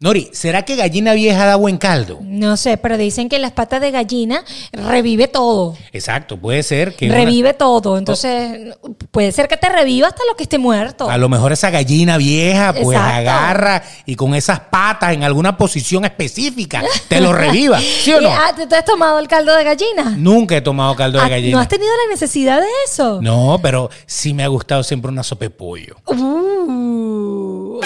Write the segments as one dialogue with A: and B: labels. A: Nori, ¿será que gallina vieja da buen caldo?
B: No sé, pero dicen que las patas de gallina revive todo.
A: Exacto, puede ser que... una-
B: Revive todo. Entonces, puede ser que te reviva hasta lo que esté muerto.
A: a lo mejor esa gallina vieja pues
B: Exacto.
A: agarra y con esas patas en alguna posición específica te lo reviva, ¿sí o
B: Y,
A: no?
B: ah, ¿tú, tú has tomado el caldo de gallina?
A: Nunca he tomado caldo de
B: Ah, ¿No
A: gallina.
B: has tenido la necesidad de eso?
A: No, pero sí me ha gustado siempre una sopa de pollo.
B: Uh.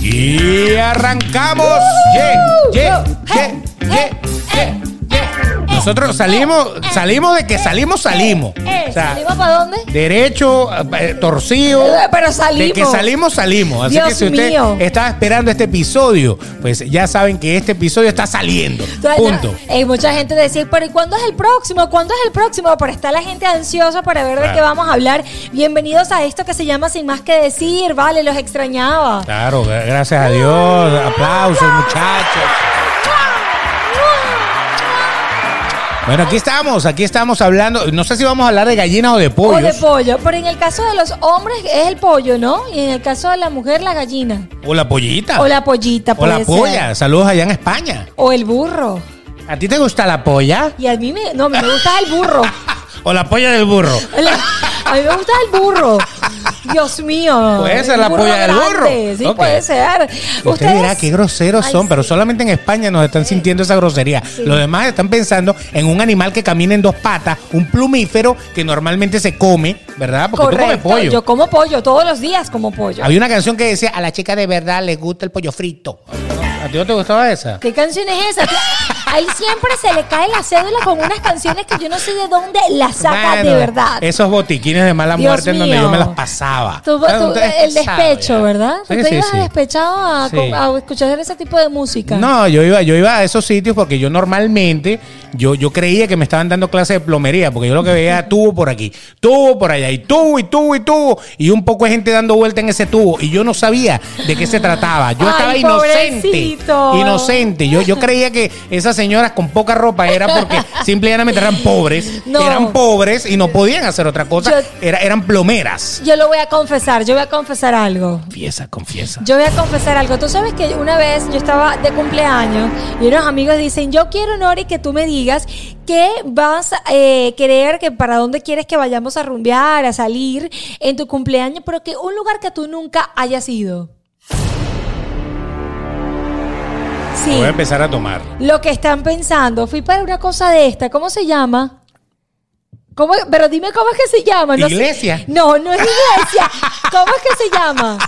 A: Y arrancamos.
B: Uh,
A: Ye, ye,
B: uh,
A: ye, ye, ye, ye. Nosotros salimos, salimos de que salimos, salimos.
B: Eh,
A: O sea,
B: ¿Salimos para dónde?
A: Derecho, eh, torcido.
B: Eh, pero salimos.
A: De que salimos, salimos. Así
B: Dios
A: que si usted
B: mío.
A: estaba esperando este episodio, pues ya saben que este episodio está saliendo.
B: Entonces,
A: Punto.
B: no, eh, mucha gente decía, pero ¿y cuándo es el próximo? ¿Cuándo es el próximo? Pero está la gente ansiosa para ver de
A: Claro.
B: qué vamos a hablar. Bienvenidos a esto que se llama Sin Más Que Decir, vale, los extrañaba.
A: Claro, gra- gracias a Dios. Aplausos, muchachos. Bueno, aquí estamos, aquí estamos hablando. No sé si vamos a hablar de gallinas o de pollos.
B: O de pollo, pero en el caso de los hombres es el pollo, ¿no? Y en el caso de la mujer, la gallina.
A: O la pollita.
B: O la pollita,
A: Ah. O la
B: puede ser.
A: polla. Saludos allá en España.
B: O el burro.
A: ¿A ti te gusta la polla?
B: Y a mí me, no, me gusta el burro.
A: ¿O la polla del burro?
B: La- A mí me gusta el burro. Dios mío.
A: Puede ser
B: Un
A: la
B: burro
A: polla del
B: grande.
A: burro.
B: Sí,
A: Ok.
B: puede ser.
A: Usted dirá qué groseros
B: Ay,
A: son,
B: sí.
A: pero solamente en España nos están sintiendo esa grosería. Los demás están pensando en un animal que camina en dos patas, un plumífero que normalmente se come, ¿verdad? Porque tú
B: Correcto.
A: comes pollo.
B: Yo como pollo todos los días, como pollo.
A: Había una canción que decía, a la chica de verdad le gusta el pollo frito. ¿A ti no te gustaba esa?
B: ¿Qué canción es esa? A él siempre se le cae la cédula con unas canciones que yo no sé de dónde las saca
A: Bueno,
B: de verdad.
A: Esos botiquines de mala
B: Dios
A: muerte en donde
B: mío.
A: yo me las pasaba.
B: Tu-
A: ¿Sabes? Tú
B: tu-
A: estás
B: el
A: despechado
B: despecho,
A: ya.
B: ¿verdad?
A: Sí,
B: Tú te
A: sí,
B: ibas
A: sí.
B: despechado a,
A: Sí.
B: a escuchar ese tipo de música.
A: No, yo iba, yo iba a esos sitios porque yo normalmente, yo, yo creía que me estaban dando clases de plomería, porque yo lo que veía era tubo por aquí, tubo por allá, y tubo, y tubo, y tubo, y un poco de gente dando vuelta en ese tubo, y yo no sabía de qué se trataba. Yo
B: Ay,
A: estaba inocente.
B: pobrecito.
A: Inocente. Yo, yo creía que esas señoras con poca ropa era porque simplemente eran pobres,
B: No.
A: eran pobres y no podían hacer otra cosa,
B: Yo-
A: era, eran plomeras.
B: Yo lo voy a confesar, yo voy a confesar algo.
A: Confiesa, confiesa.
B: Yo voy a confesar algo. Tú sabes que una vez yo estaba de cumpleaños y unos amigos dicen, yo quiero, Nori, que tú me digas qué vas a eh, querer, que para dónde quieres que vayamos a rumbear, a salir en tu cumpleaños, pero que un lugar que tú nunca hayas ido. Sí.
A: Voy a empezar a tomar.
B: Lo que están pensando, fui para una cosa de esta, ¿cómo se llama? ¿Cómo? Pero dime cómo es que se llama. sé-
A: ¿Iglesia?
B: No, no es iglesia. ¿Cómo es que se llama?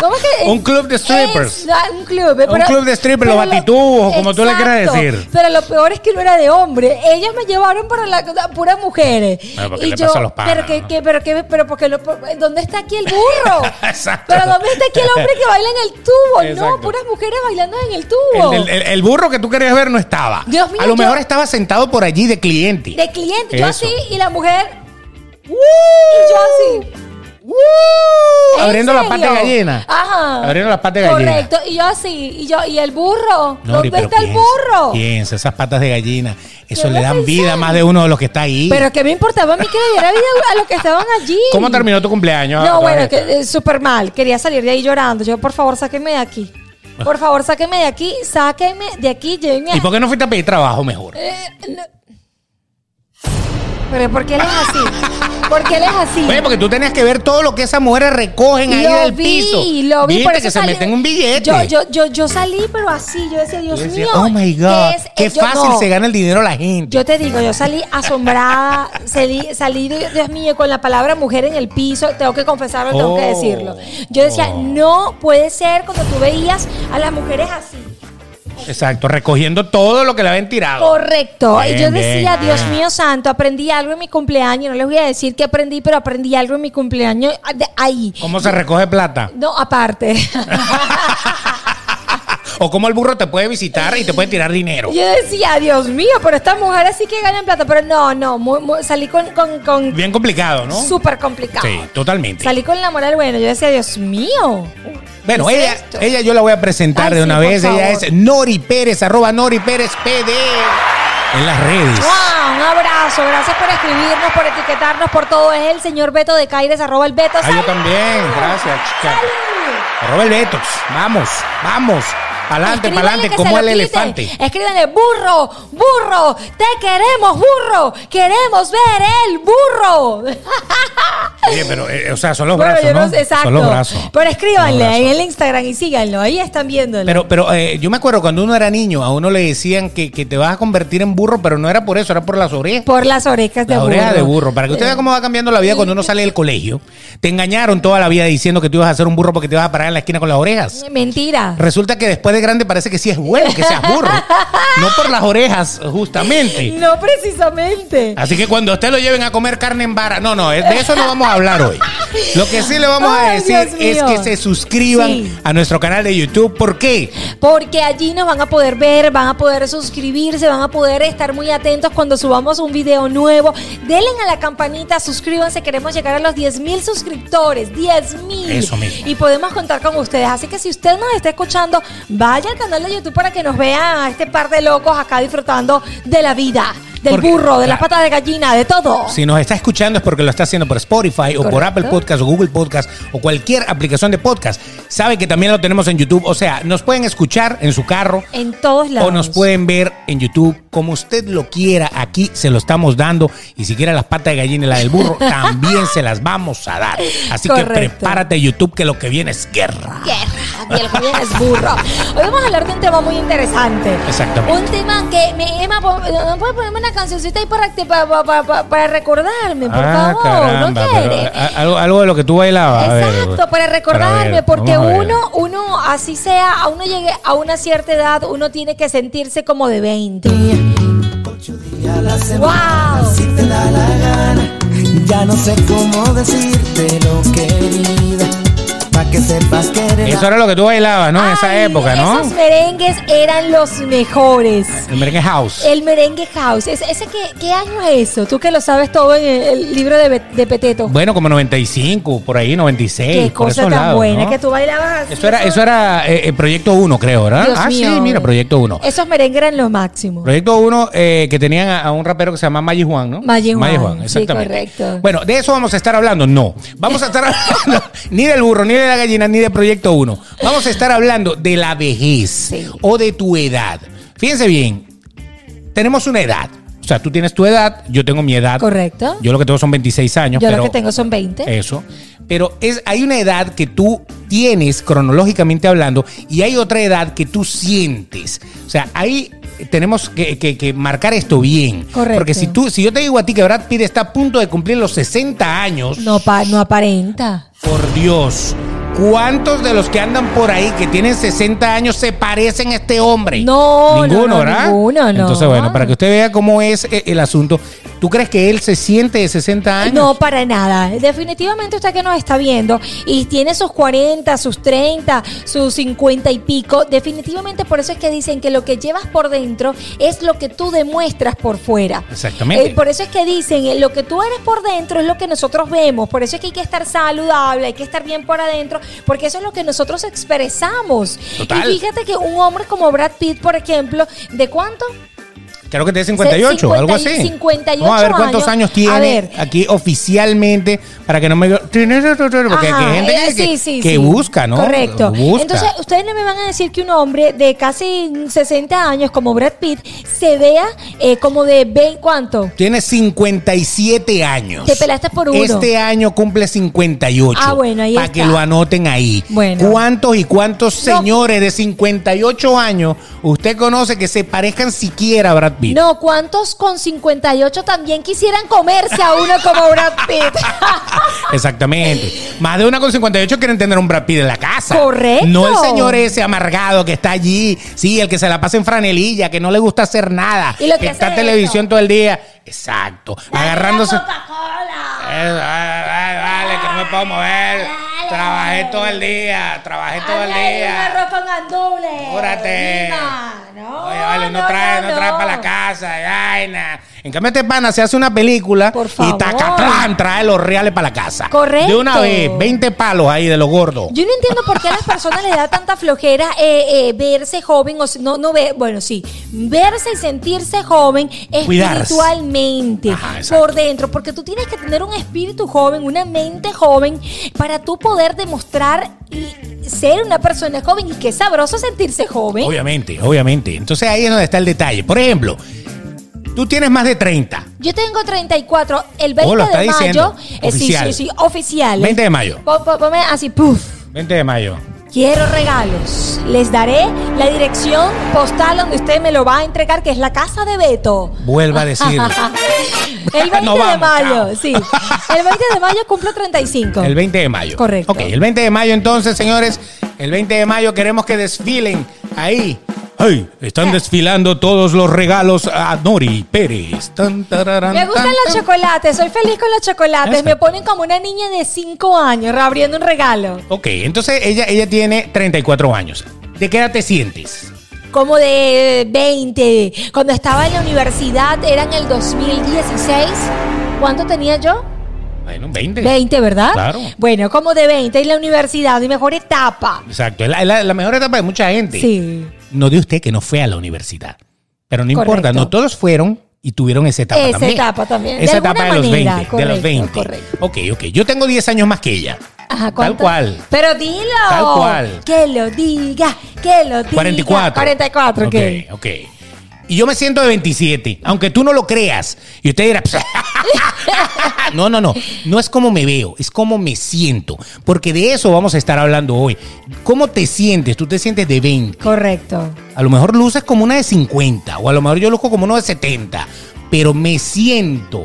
B: ¿Cómo es que,
A: Un club de strippers.
B: Es- ah, un club.
A: Un club de strippers, los batitubos, como tú le quieras
B: Exacto.
A: decir.
B: Pero lo peor es que no era de hombre. Ellos me llevaron para la la pura mujeres.
A: Bueno, porque le pasa a los panas,
B: pero que,
A: ¿no?
B: que- pero que, pero porque lo- ¿dónde está aquí el burro?
A: Exacto.
B: Pero ¿dónde está aquí el hombre que baila en el tubo?
A: Exacto.
B: No, puras mujeres bailando en el tubo.
A: El, el- el- el burro que tú querías ver no estaba.
B: Dios mío,
A: a lo
B: yo-
A: mejor estaba sentado por allí de cliente.
B: de cliente. Yo
A: Eso.
B: así y la mujer. Y yo así. ¿en
A: Abriendo la
B: serio?
A: pata de gallina.
B: Ajá.
A: Abriendo la pata de gallina.
B: Correcto. Y yo así. Y yo, y el burro.
A: Nori,
B: ¿Dónde
A: pero
B: está el
A: piensa,
B: burro?
A: Piensa, esas patas de gallina. Eso
B: Yo
A: le
B: lo
A: dan
B: pensé.
A: vida a más de uno de los que está ahí.
B: Pero que me importaba a mí que le diera vida a los que estaban allí.
A: ¿Cómo terminó tu cumpleaños?
B: No,
A: Todas
B: bueno,
A: estas.
B: que, eh, súper mal. Quería salir de ahí llorando. Yo, por favor, sáquenme de aquí. Por favor, sáquenme de aquí. Sáquenme de aquí. Llévenme.
A: ¿Y por qué no fuiste a pedir trabajo mejor?
B: eh, Pero ¿por qué él es así? ¿Por qué él es así?
A: Oye, porque tú tenías que ver todo lo que esas mujeres recogen ahí del piso.
B: Lo vi,
A: Viste
B: por
A: que
B: eso
A: se
B: salí-
A: meten un billete.
B: Yo, yo, yo, yo salí, pero así, yo decía, Dios
A: Yo decía,
B: mío.
A: oh my God,
B: es-
A: qué
B: yo-
A: fácil
B: no.
A: se gana el dinero la gente.
B: Yo te digo, yo salí asombrada, salí, salí, Dios mío, con la palabra mujer en el piso, tengo que confesarlo, tengo que
A: Oh.
B: decirlo. Yo decía,
A: Oh.
B: no puede ser cuando tú veías a las mujeres así.
A: Exacto, recogiendo todo lo que le habían tirado.
B: Correcto.
A: Ah. Bien,
B: y yo decía,
A: bien, Ah.
B: Dios
A: bien.
B: mío santo, aprendí algo en mi cumpleaños, no les voy a decir que aprendí, pero aprendí algo en mi cumpleaños ah, de ahí.
A: ¿Cómo se recoge plata?
B: No, aparte.
A: O cómo el burro te puede visitar y te puede tirar dinero.
B: Yo decía, Dios mío, pero estas mujeres sí que ganan plata. Pero no, no, muy- muy- salí con, con, con
A: Bien complicado, ¿no?
B: súper complicado.
A: Sí, totalmente.
B: Salí con la moral buena. Yo decía, Dios mío.
A: Bueno,
B: ¿qué es
A: ella,
B: esto?
A: ella yo la voy a presentar
B: Ay,
A: de
B: sí,
A: una
B: por
A: vez. Ella
B: favor.
A: es Nori Pérez, arroba Nori Pérez PD. en las redes.
B: ¡Wow! Un abrazo. Gracias por escribirnos, por etiquetarnos, por todo. Es el señor Beto de Caires, arroba el Beto.
A: Ah, yo
B: ¡Salud!
A: también. Gracias, chica. Arroba el Betox. Vamos, vamos. Adelante,
B: Escríbanle
A: para adelante,
B: que
A: como
B: se
A: el
B: lo quiten.
A: elefante.
B: Escríbanle, burro, burro, te queremos, burro, queremos ver el burro.
A: Oye, pero, eh, o sea, son los
B: Bueno,
A: brazos,
B: yo no
A: ¿no?
B: sé, exacto.
A: Son los brazos.
B: Pero escríbanle
A: Son los
B: ahí en el Instagram y síganlo, ahí están viéndolo.
A: Pero, pero eh, yo me acuerdo cuando uno era niño, a uno le decían que, que te vas a convertir en burro, pero no era por eso, era por las orejas.
B: por las orejas de
A: La
B: burro.
A: oreja de burro. Para que usted vea cómo va cambiando la vida cuando uno sale del colegio. Te engañaron toda la vida diciendo que tú ibas a ser un burro porque te ibas a parar en la esquina con las orejas.
B: Eh, Mentira.
A: Resulta que después de grande parece que sí es bueno que seas burro. No por las orejas, justamente.
B: No precisamente.
A: Así que cuando a usted lo lleven a comer carne en vara, no, no, de eso no vamos a hablar hoy. Lo que sí le vamos a
B: Ay,
A: decir
B: Dios
A: es
B: mío.
A: que se suscriban
B: Sí.
A: a nuestro canal de YouTube. ¿Por qué?
B: Porque allí nos van a poder ver, van a poder suscribirse, van a poder estar muy atentos cuando subamos un video nuevo. Denle a la campanita, suscríbanse, queremos llegar a los 10 mil suscriptores, 10 mil.
A: Eso mismo.
B: Y podemos contar con ustedes. Así que si usted nos está escuchando, vaya al canal de YouTube para que nos vea a este par de locos acá disfrutando de la vida, del
A: Porque-
B: burro, de las
A: claro.
B: patas de gallina, de todo.
A: Si nos está escuchando es porque lo está haciendo por Spotify o por
B: Correcto.
A: Apple Podcast o Google Podcast o cualquier aplicación de podcast. Sabe que también lo tenemos en YouTube. O sea, nos pueden escuchar en su carro
B: En todos lados.
A: o nos pueden ver en YouTube. Como usted lo quiera, aquí se lo estamos dando. Y si quiere las patas de gallina y la del burro, también se las vamos a dar. Así
B: Correcto.
A: que prepárate YouTube que lo que viene es guerra.
B: guerra y el gobierno es burro. Hoy vamos a hablar de un tema muy interesante.
A: Exactamente.
B: Un tema que me Emma, po- eh, no puedes ponerme una cancioncita ahí para, acti- pa- pa- pa- pa- para recordarme, por
A: Ah,
B: favor.
A: caramba,
B: no
A: pero, eh,
B: quieres.
A: a- algo, algo de lo que tú bailabas. a ver,
B: Exacto, para
A: ver,
B: recordarme, porque
A: vamos a ver.
B: uno, uno, así sea, a uno llegue a una cierta edad, uno tiene que sentirse como de 20. ¡Wow!
C: Si te da la gana, ya no sé cómo decirte lo querida, pa' que sepas que eres
A: Eso era lo que tú bailabas, ¿no? En esa
B: Ay,
A: época, ¿no?
B: Esos merengues eran los mejores.
A: El merengue house.
B: El merengue house. ¿Ese, ese qué, qué año es eso? Tú que lo sabes todo en el, el libro de, Be- de Peteto.
A: Bueno, como 95, por ahí, 96.
B: qué
A: por
B: cosa
A: esos
B: tan
A: lados,
B: buena
A: ¿no?
B: que tú bailabas así.
A: Eso era, eso era eh, eh, Proyecto 1, creo, ¿verdad?
B: Dios
A: ah, sí,
B: mío.
A: mira, Proyecto 1.
B: Esos merengues eran lo máximo.
A: Proyecto 1 que tenían a, a un rapero que se llama Maggi Juan, ¿no?
B: Maggi Juan, sí,
A: exactamente.
B: correcto.
A: Bueno, de eso vamos a estar hablando, no. Vamos a estar hablando ni del burro, ni de la gallina, ni de Proyecto 1. Vamos a estar hablando de la vejez
B: Sí.
A: o de tu edad. Fíjense bien, tenemos una edad. O sea, tú tienes tu edad, yo tengo mi edad.
B: Correcto.
A: Yo lo que tengo son 26 años.
B: Yo
A: pero- eh,
B: lo que tengo son 20.
A: eso. Pero es, hay una edad que tú tienes cronológicamente hablando y hay otra edad que tú sientes. O sea, ahí tenemos que, que- que marcar esto bien.
B: Correcto.
A: Porque si tú, si yo te digo a ti que Brad Pitt está a punto de cumplir los 60 años,
B: no, pa- no aparenta.
A: por Dios, ¿cuántos de los que andan por ahí que tienen 60 años se parecen a este hombre?
B: No,
A: ninguno,
B: no, no,
A: ¿verdad?
B: ninguno, no.
A: Entonces, bueno, para que usted vea cómo es eh, el asunto, ¿tú crees que él se siente de 60 años?
B: Eh, No, para nada. Definitivamente usted que nos está viendo y tiene sus 40, sus 30, sus 50 y pico, definitivamente por eso es que dicen que lo que llevas por dentro es lo que tú demuestras por fuera.
A: Exactamente.
B: Eh, por eso es que dicen, eh, lo que tú eres por dentro es lo que nosotros vemos. Por eso es que hay que estar saludable, hay que estar bien por adentro, porque eso es lo que nosotros expresamos.
A: Total.
B: Y fíjate que un hombre como Brad Pitt, por ejemplo, ¿de cuánto?
A: Creo que tiene 58, algo así.
B: 58
A: Vamos a ver cuántos años
B: años. A
A: tiene
B: ver.
A: aquí oficialmente para que no me porque
B: Ajá,
A: hay gente
B: eh,
A: que,
B: sí, sí,
A: que
B: sí.
A: busca, ¿no?
B: Correcto.
A: Busca.
B: Entonces, ustedes no me van a decir que un hombre de casi 60 años como Brad Pitt se vea eh, como de 20, ¿cuánto?
A: tiene 57 años.
B: Te pelaste por uno.
A: Este año cumple 58.
B: Ah, bueno, ahí
A: Para
B: está.
A: que lo anoten ahí.
B: Bueno.
A: ¿Cuántos y cuántos
B: No.
A: señores de 58 años usted conoce que se parezcan siquiera a Brad Pitt?
B: No, ¿cuántos con 58 también quisieran comerse a uno como Brad Pitt?
A: Exactamente. Más de una con 58 quieren tener un Brad Pitt en la casa.
B: Correcto.
A: No el señor ese amargado que está allí. Sí, el que se la pasa en franelilla, que no le gusta hacer nada.
B: Y lo que
A: que
B: hace
A: está en
B: esto.
A: televisión todo el día. Exacto. Agarrándose.
B: Dame la Coca-Cola.
A: Eh, Dale, dale, dale, que no me puedo mover.
B: Dale.
A: Trabajé Eh, todo el día. Trabajé todo el
B: Hazme ahí
A: día.
B: Una ropa en gandules.
A: Apúrate.
B: Lima. No,
A: Oye, vale, no,
B: no,
A: trae, no,
B: no,
A: trae
B: no.
A: para la casa, y vaina. En cambio, este pana se hace una película
B: Por
A: y
B: favor.
A: tacatlán trae los reales para la casa.
B: Correcto.
A: De una vez, 20 palos ahí de los gordos.
B: Yo no entiendo por qué a las personas les da tanta flojera eh, eh, verse joven o si- no, no ver, bueno, sí, verse y sentirse joven
A: Cuidarse.
B: espiritualmente
A: Ajá, exacto.
B: por dentro, porque tú tienes que tener un espíritu joven, una mente joven para tú poder demostrar y ser una persona joven y qué sabroso sentirse joven.
A: Obviamente, obviamente. Entonces ahí es donde está el detalle. Por ejemplo, tú tienes más de 30.
B: Yo tengo 34, el 20
A: Oh, lo está
B: de mayo,
A: diciendo.
B: eh, sí,
A: Oficial.
B: sí, sí, oficial.
A: 20 de mayo.
B: Po- po- ponme así, puff.
A: 20 de mayo.
B: Quiero regalos. Les daré la dirección postal donde usted me lo va a entregar, que es la casa de Beto. Ah.
A: Vuelva a decirlo.
B: El 20
A: No
B: de
A: vamos,
B: mayo,
A: chao.
B: sí. El 20 de mayo cumplo 35.
A: El 20 de mayo.
B: Correcto.
A: Ok, el 20 de mayo entonces, señores, el 20 de mayo queremos que desfilen ahí. ¡Ay! Están desfilando todos los regalos a Nori Pérez. Tan, tararán,
B: Me gustan
A: tan,
B: los
A: tan.
B: chocolates, soy feliz con los chocolates.
A: Exacto.
B: Me ponen como una niña de 5 años abriendo un regalo.
A: Ok, entonces ella, ella tiene 34 años. ¿De qué edad te sientes?
B: Como de 20. Cuando estaba en la universidad, era en el 2016. ¿Cuánto tenía yo?
A: Bueno, 20.
B: 20, ¿verdad?
A: Claro.
B: Bueno, como de 20 en la universidad, mi mejor etapa.
A: Exacto, es la, es la- la mejor etapa de mucha gente.
B: Sí.
A: No de usted que no fue a la universidad. Pero no
B: Correcto.
A: importa, no todos fueron y tuvieron esa etapa
B: Esa
A: también.
B: etapa también, de
A: Esa
B: alguna
A: etapa de los 20.
B: manera,
A: de los
B: correcto,
A: 20.
B: correcto.
A: Ok, ok. Yo tengo 10 años más que ella.
B: Ajá,
A: Tal
B: ¿cuánto?
A: cual.
B: Pero dilo.
A: Tal cual.
B: Que lo diga, que lo diga.
A: 44.
B: 44, ok.
A: Ok, ok. Y yo me siento de 27, aunque tú no lo creas. Y usted dirá, "Pss". no, no, no. No es como me veo, es como me siento. Porque de eso vamos a estar hablando hoy. ¿Cómo te sientes? Tú te sientes de 20.
B: Correcto.
A: A lo mejor luces como una de 50 o a lo mejor yo luzco como una de 70, pero me siento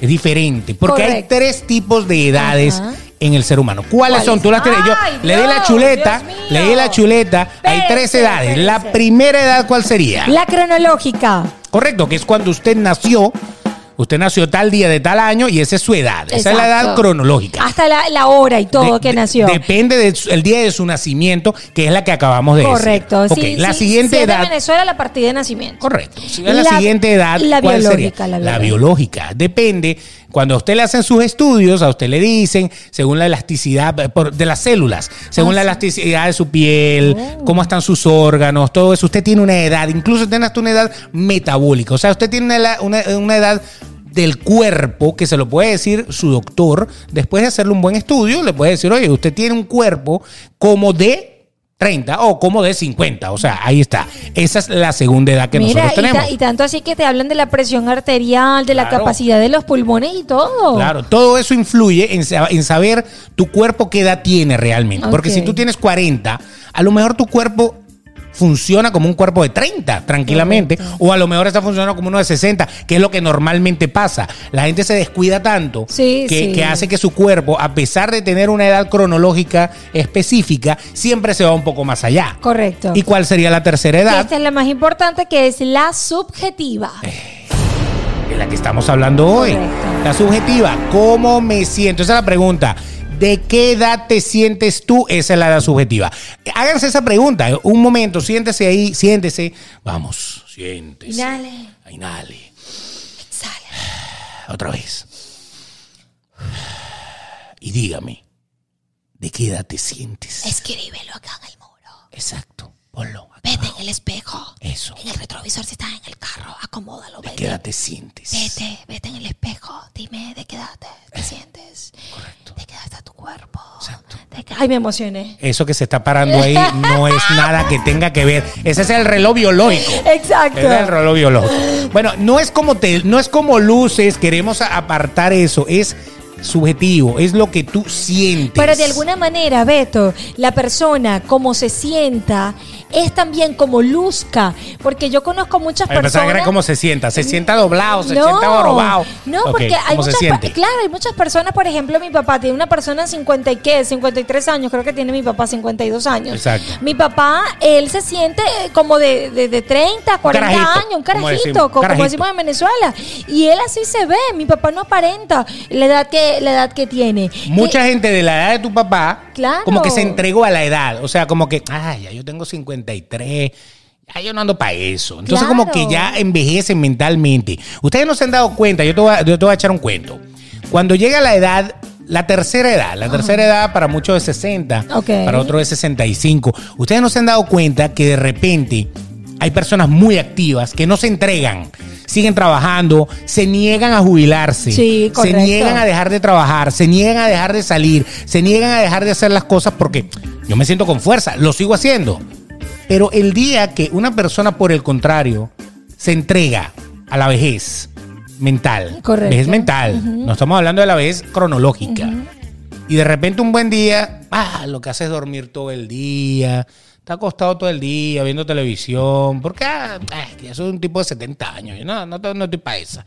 A: es diferente porque hay
B: Correcto.
A: tres tipos de edades
B: Ajá.
A: en el ser humano. ¿Cuáles,
B: ¿Cuáles?
A: son? Tú las tienes. Yo
B: ¡Ay,
A: le di la
B: Dios!
A: chuleta,
B: Dios mío.
A: le di la chuleta. hay tres
B: Espérese,
A: edades. La
B: espérese.
A: primera edad ¿cuál sería?
B: La cronológica.
A: Correcto, que es cuando usted nació. Usted nació tal día de tal año y esa es su edad. Esa es la edad
B: Exacto.
A: cronológica.
B: Hasta la, la hora y todo
A: De-
B: que
A: de-
B: nació.
A: Depende del día de su nacimiento, que es la que acabamos de
B: Correcto.
A: decir.
B: Sí,
A: Ok, la
B: sí,
A: siguiente
B: si es de
A: edad
B: Venezuela, la partida de nacimiento.
A: Correcto. Si es la,
B: La-
A: siguiente edad,
B: la
A: ¿cuál sería?
B: biológica, la
A: La
B: biológica.
A: biológica. Depende. Cuando a usted le hacen sus estudios, a usted le dicen, según la elasticidad eh, por- de las células, según
B: Ah,
A: la
B: sí. Oh.
A: elasticidad de su piel, cómo están sus órganos, todo eso. Usted tiene una edad, incluso tiene hasta una edad metabólica. O sea, usted tiene una, ela- una- eh, una edad del cuerpo que se lo puede decir su doctor después de hacerle un buen estudio le puede decir oye usted tiene un cuerpo como de 30 o como de 50 o sea ahí está esa es la segunda edad que
B: Mira,
A: nosotros
B: y,
A: tenemos
B: ta- y tanto así que te hablan de la presión arterial, de la
A: Claro.
B: capacidad de los pulmones y todo.
A: Claro, todo eso influye en, sa- en saber tu cuerpo qué edad tiene realmente. Porque
B: Ok.
A: si tú tienes 40, a lo mejor tu cuerpo funciona como un cuerpo de 30 tranquilamente o a lo mejor está funcionando como uno de 60 que es lo que normalmente pasa la gente se descuida tanto
B: Sí,
A: que,
B: sí.
A: que hace que su cuerpo a pesar de tener una edad cronológica específica siempre se va un poco más allá
B: Correcto.
A: y cuál sería la tercera
B: Que
A: edad
B: Esta es la más importante, que es la subjetiva.
A: Eh, de la que estamos hablando hoy.
B: Correcto.
A: La subjetiva, ¿cómo me siento? Esa es la pregunta. ¿De qué edad te sientes tú? Esa es la edad subjetiva. Háganse esa pregunta. Un momento, siéntese ahí, siéntese. Vamos, siéntese.
B: Inhale.
A: Inhale.
B: Exhala.
A: Otra vez. Y dígame, ¿de qué edad te sientes?
B: Escríbelo acá en el muro.
A: Exacto. Ponlo. acá.
B: Vete en el espejo.
A: Eso.
B: En el retrovisor si estás en el carro. Acomódalo,
A: ¿De
B: vete.
A: qué edad te sientes?
B: Vete, vete en el espejo. Dime de qué edad te, te
A: Eh,
B: sientes. De qué edad está tu cuerpo. De qué- Ay, me emocioné.
A: Eso que se está parando ahí no es nada que tenga que ver. Ese es el reloj biológico.
B: Exacto.
A: Es el reloj biológico. Bueno, no es como te, no es como luces, queremos a- apartar eso, es subjetivo, es lo que tú sientes.
B: Pero de alguna manera, Beto, la persona, como se sienta, es también como luzca. Porque yo conozco muchas
A: Ay, pensaba
B: personas.
A: que era como se sienta, se sienta doblado, se sienta robado.
B: Mm, No,
A: Ok,
B: porque hay
A: ¿cómo se
B: muchas,
A: siente?
B: pa- claro, hay muchas personas, por ejemplo, mi papá tiene una persona de 50 y qué, 53 años, creo que tiene mi papá 52 años.
A: Exacto.
B: Mi papá, él se siente eh, como de, de, de 30, 40
A: carajito,
B: años, un
A: como
B: carajito,
A: decimos,
B: co- como,
A: carajito.
B: decimos en Venezuela. Y él así se ve, mi papá no aparenta la edad que, la edad que tiene.
A: Mucha gente de la edad de tu papá,
B: Claro.
A: como que se entregó a la edad. O sea, como que, ay, ya yo tengo 53, Ya yo no ando para eso. Entonces,
B: Claro.
A: como que ya envejecen mentalmente. Ustedes no se han dado cuenta, yo te voy a, yo te voy a echar un cuento. Cuando llega la edad, la tercera edad, la tercera edad para muchos es 60,
B: Ok.
A: para otros es 65. Ustedes no se han dado cuenta que de repente hay personas muy activas que no se entregan, siguen trabajando, se niegan a jubilarse,
B: Sí,
A: se
B: correcto.
A: niegan a dejar de trabajar, se niegan a dejar de salir, se niegan a dejar de hacer las cosas porque yo me siento con fuerza, lo sigo haciendo. Pero el día que una persona, por el contrario, se entrega a la vejez mental,
B: Correcto.
A: vejez mental, no estamos hablando de la vejez cronológica, y de repente un buen día, ah, lo que hace es dormir todo el día, está acostado todo el día viendo televisión, porque ah, ah, ya soy un tipo de 70 años, yo no, no, te- no estoy para esa.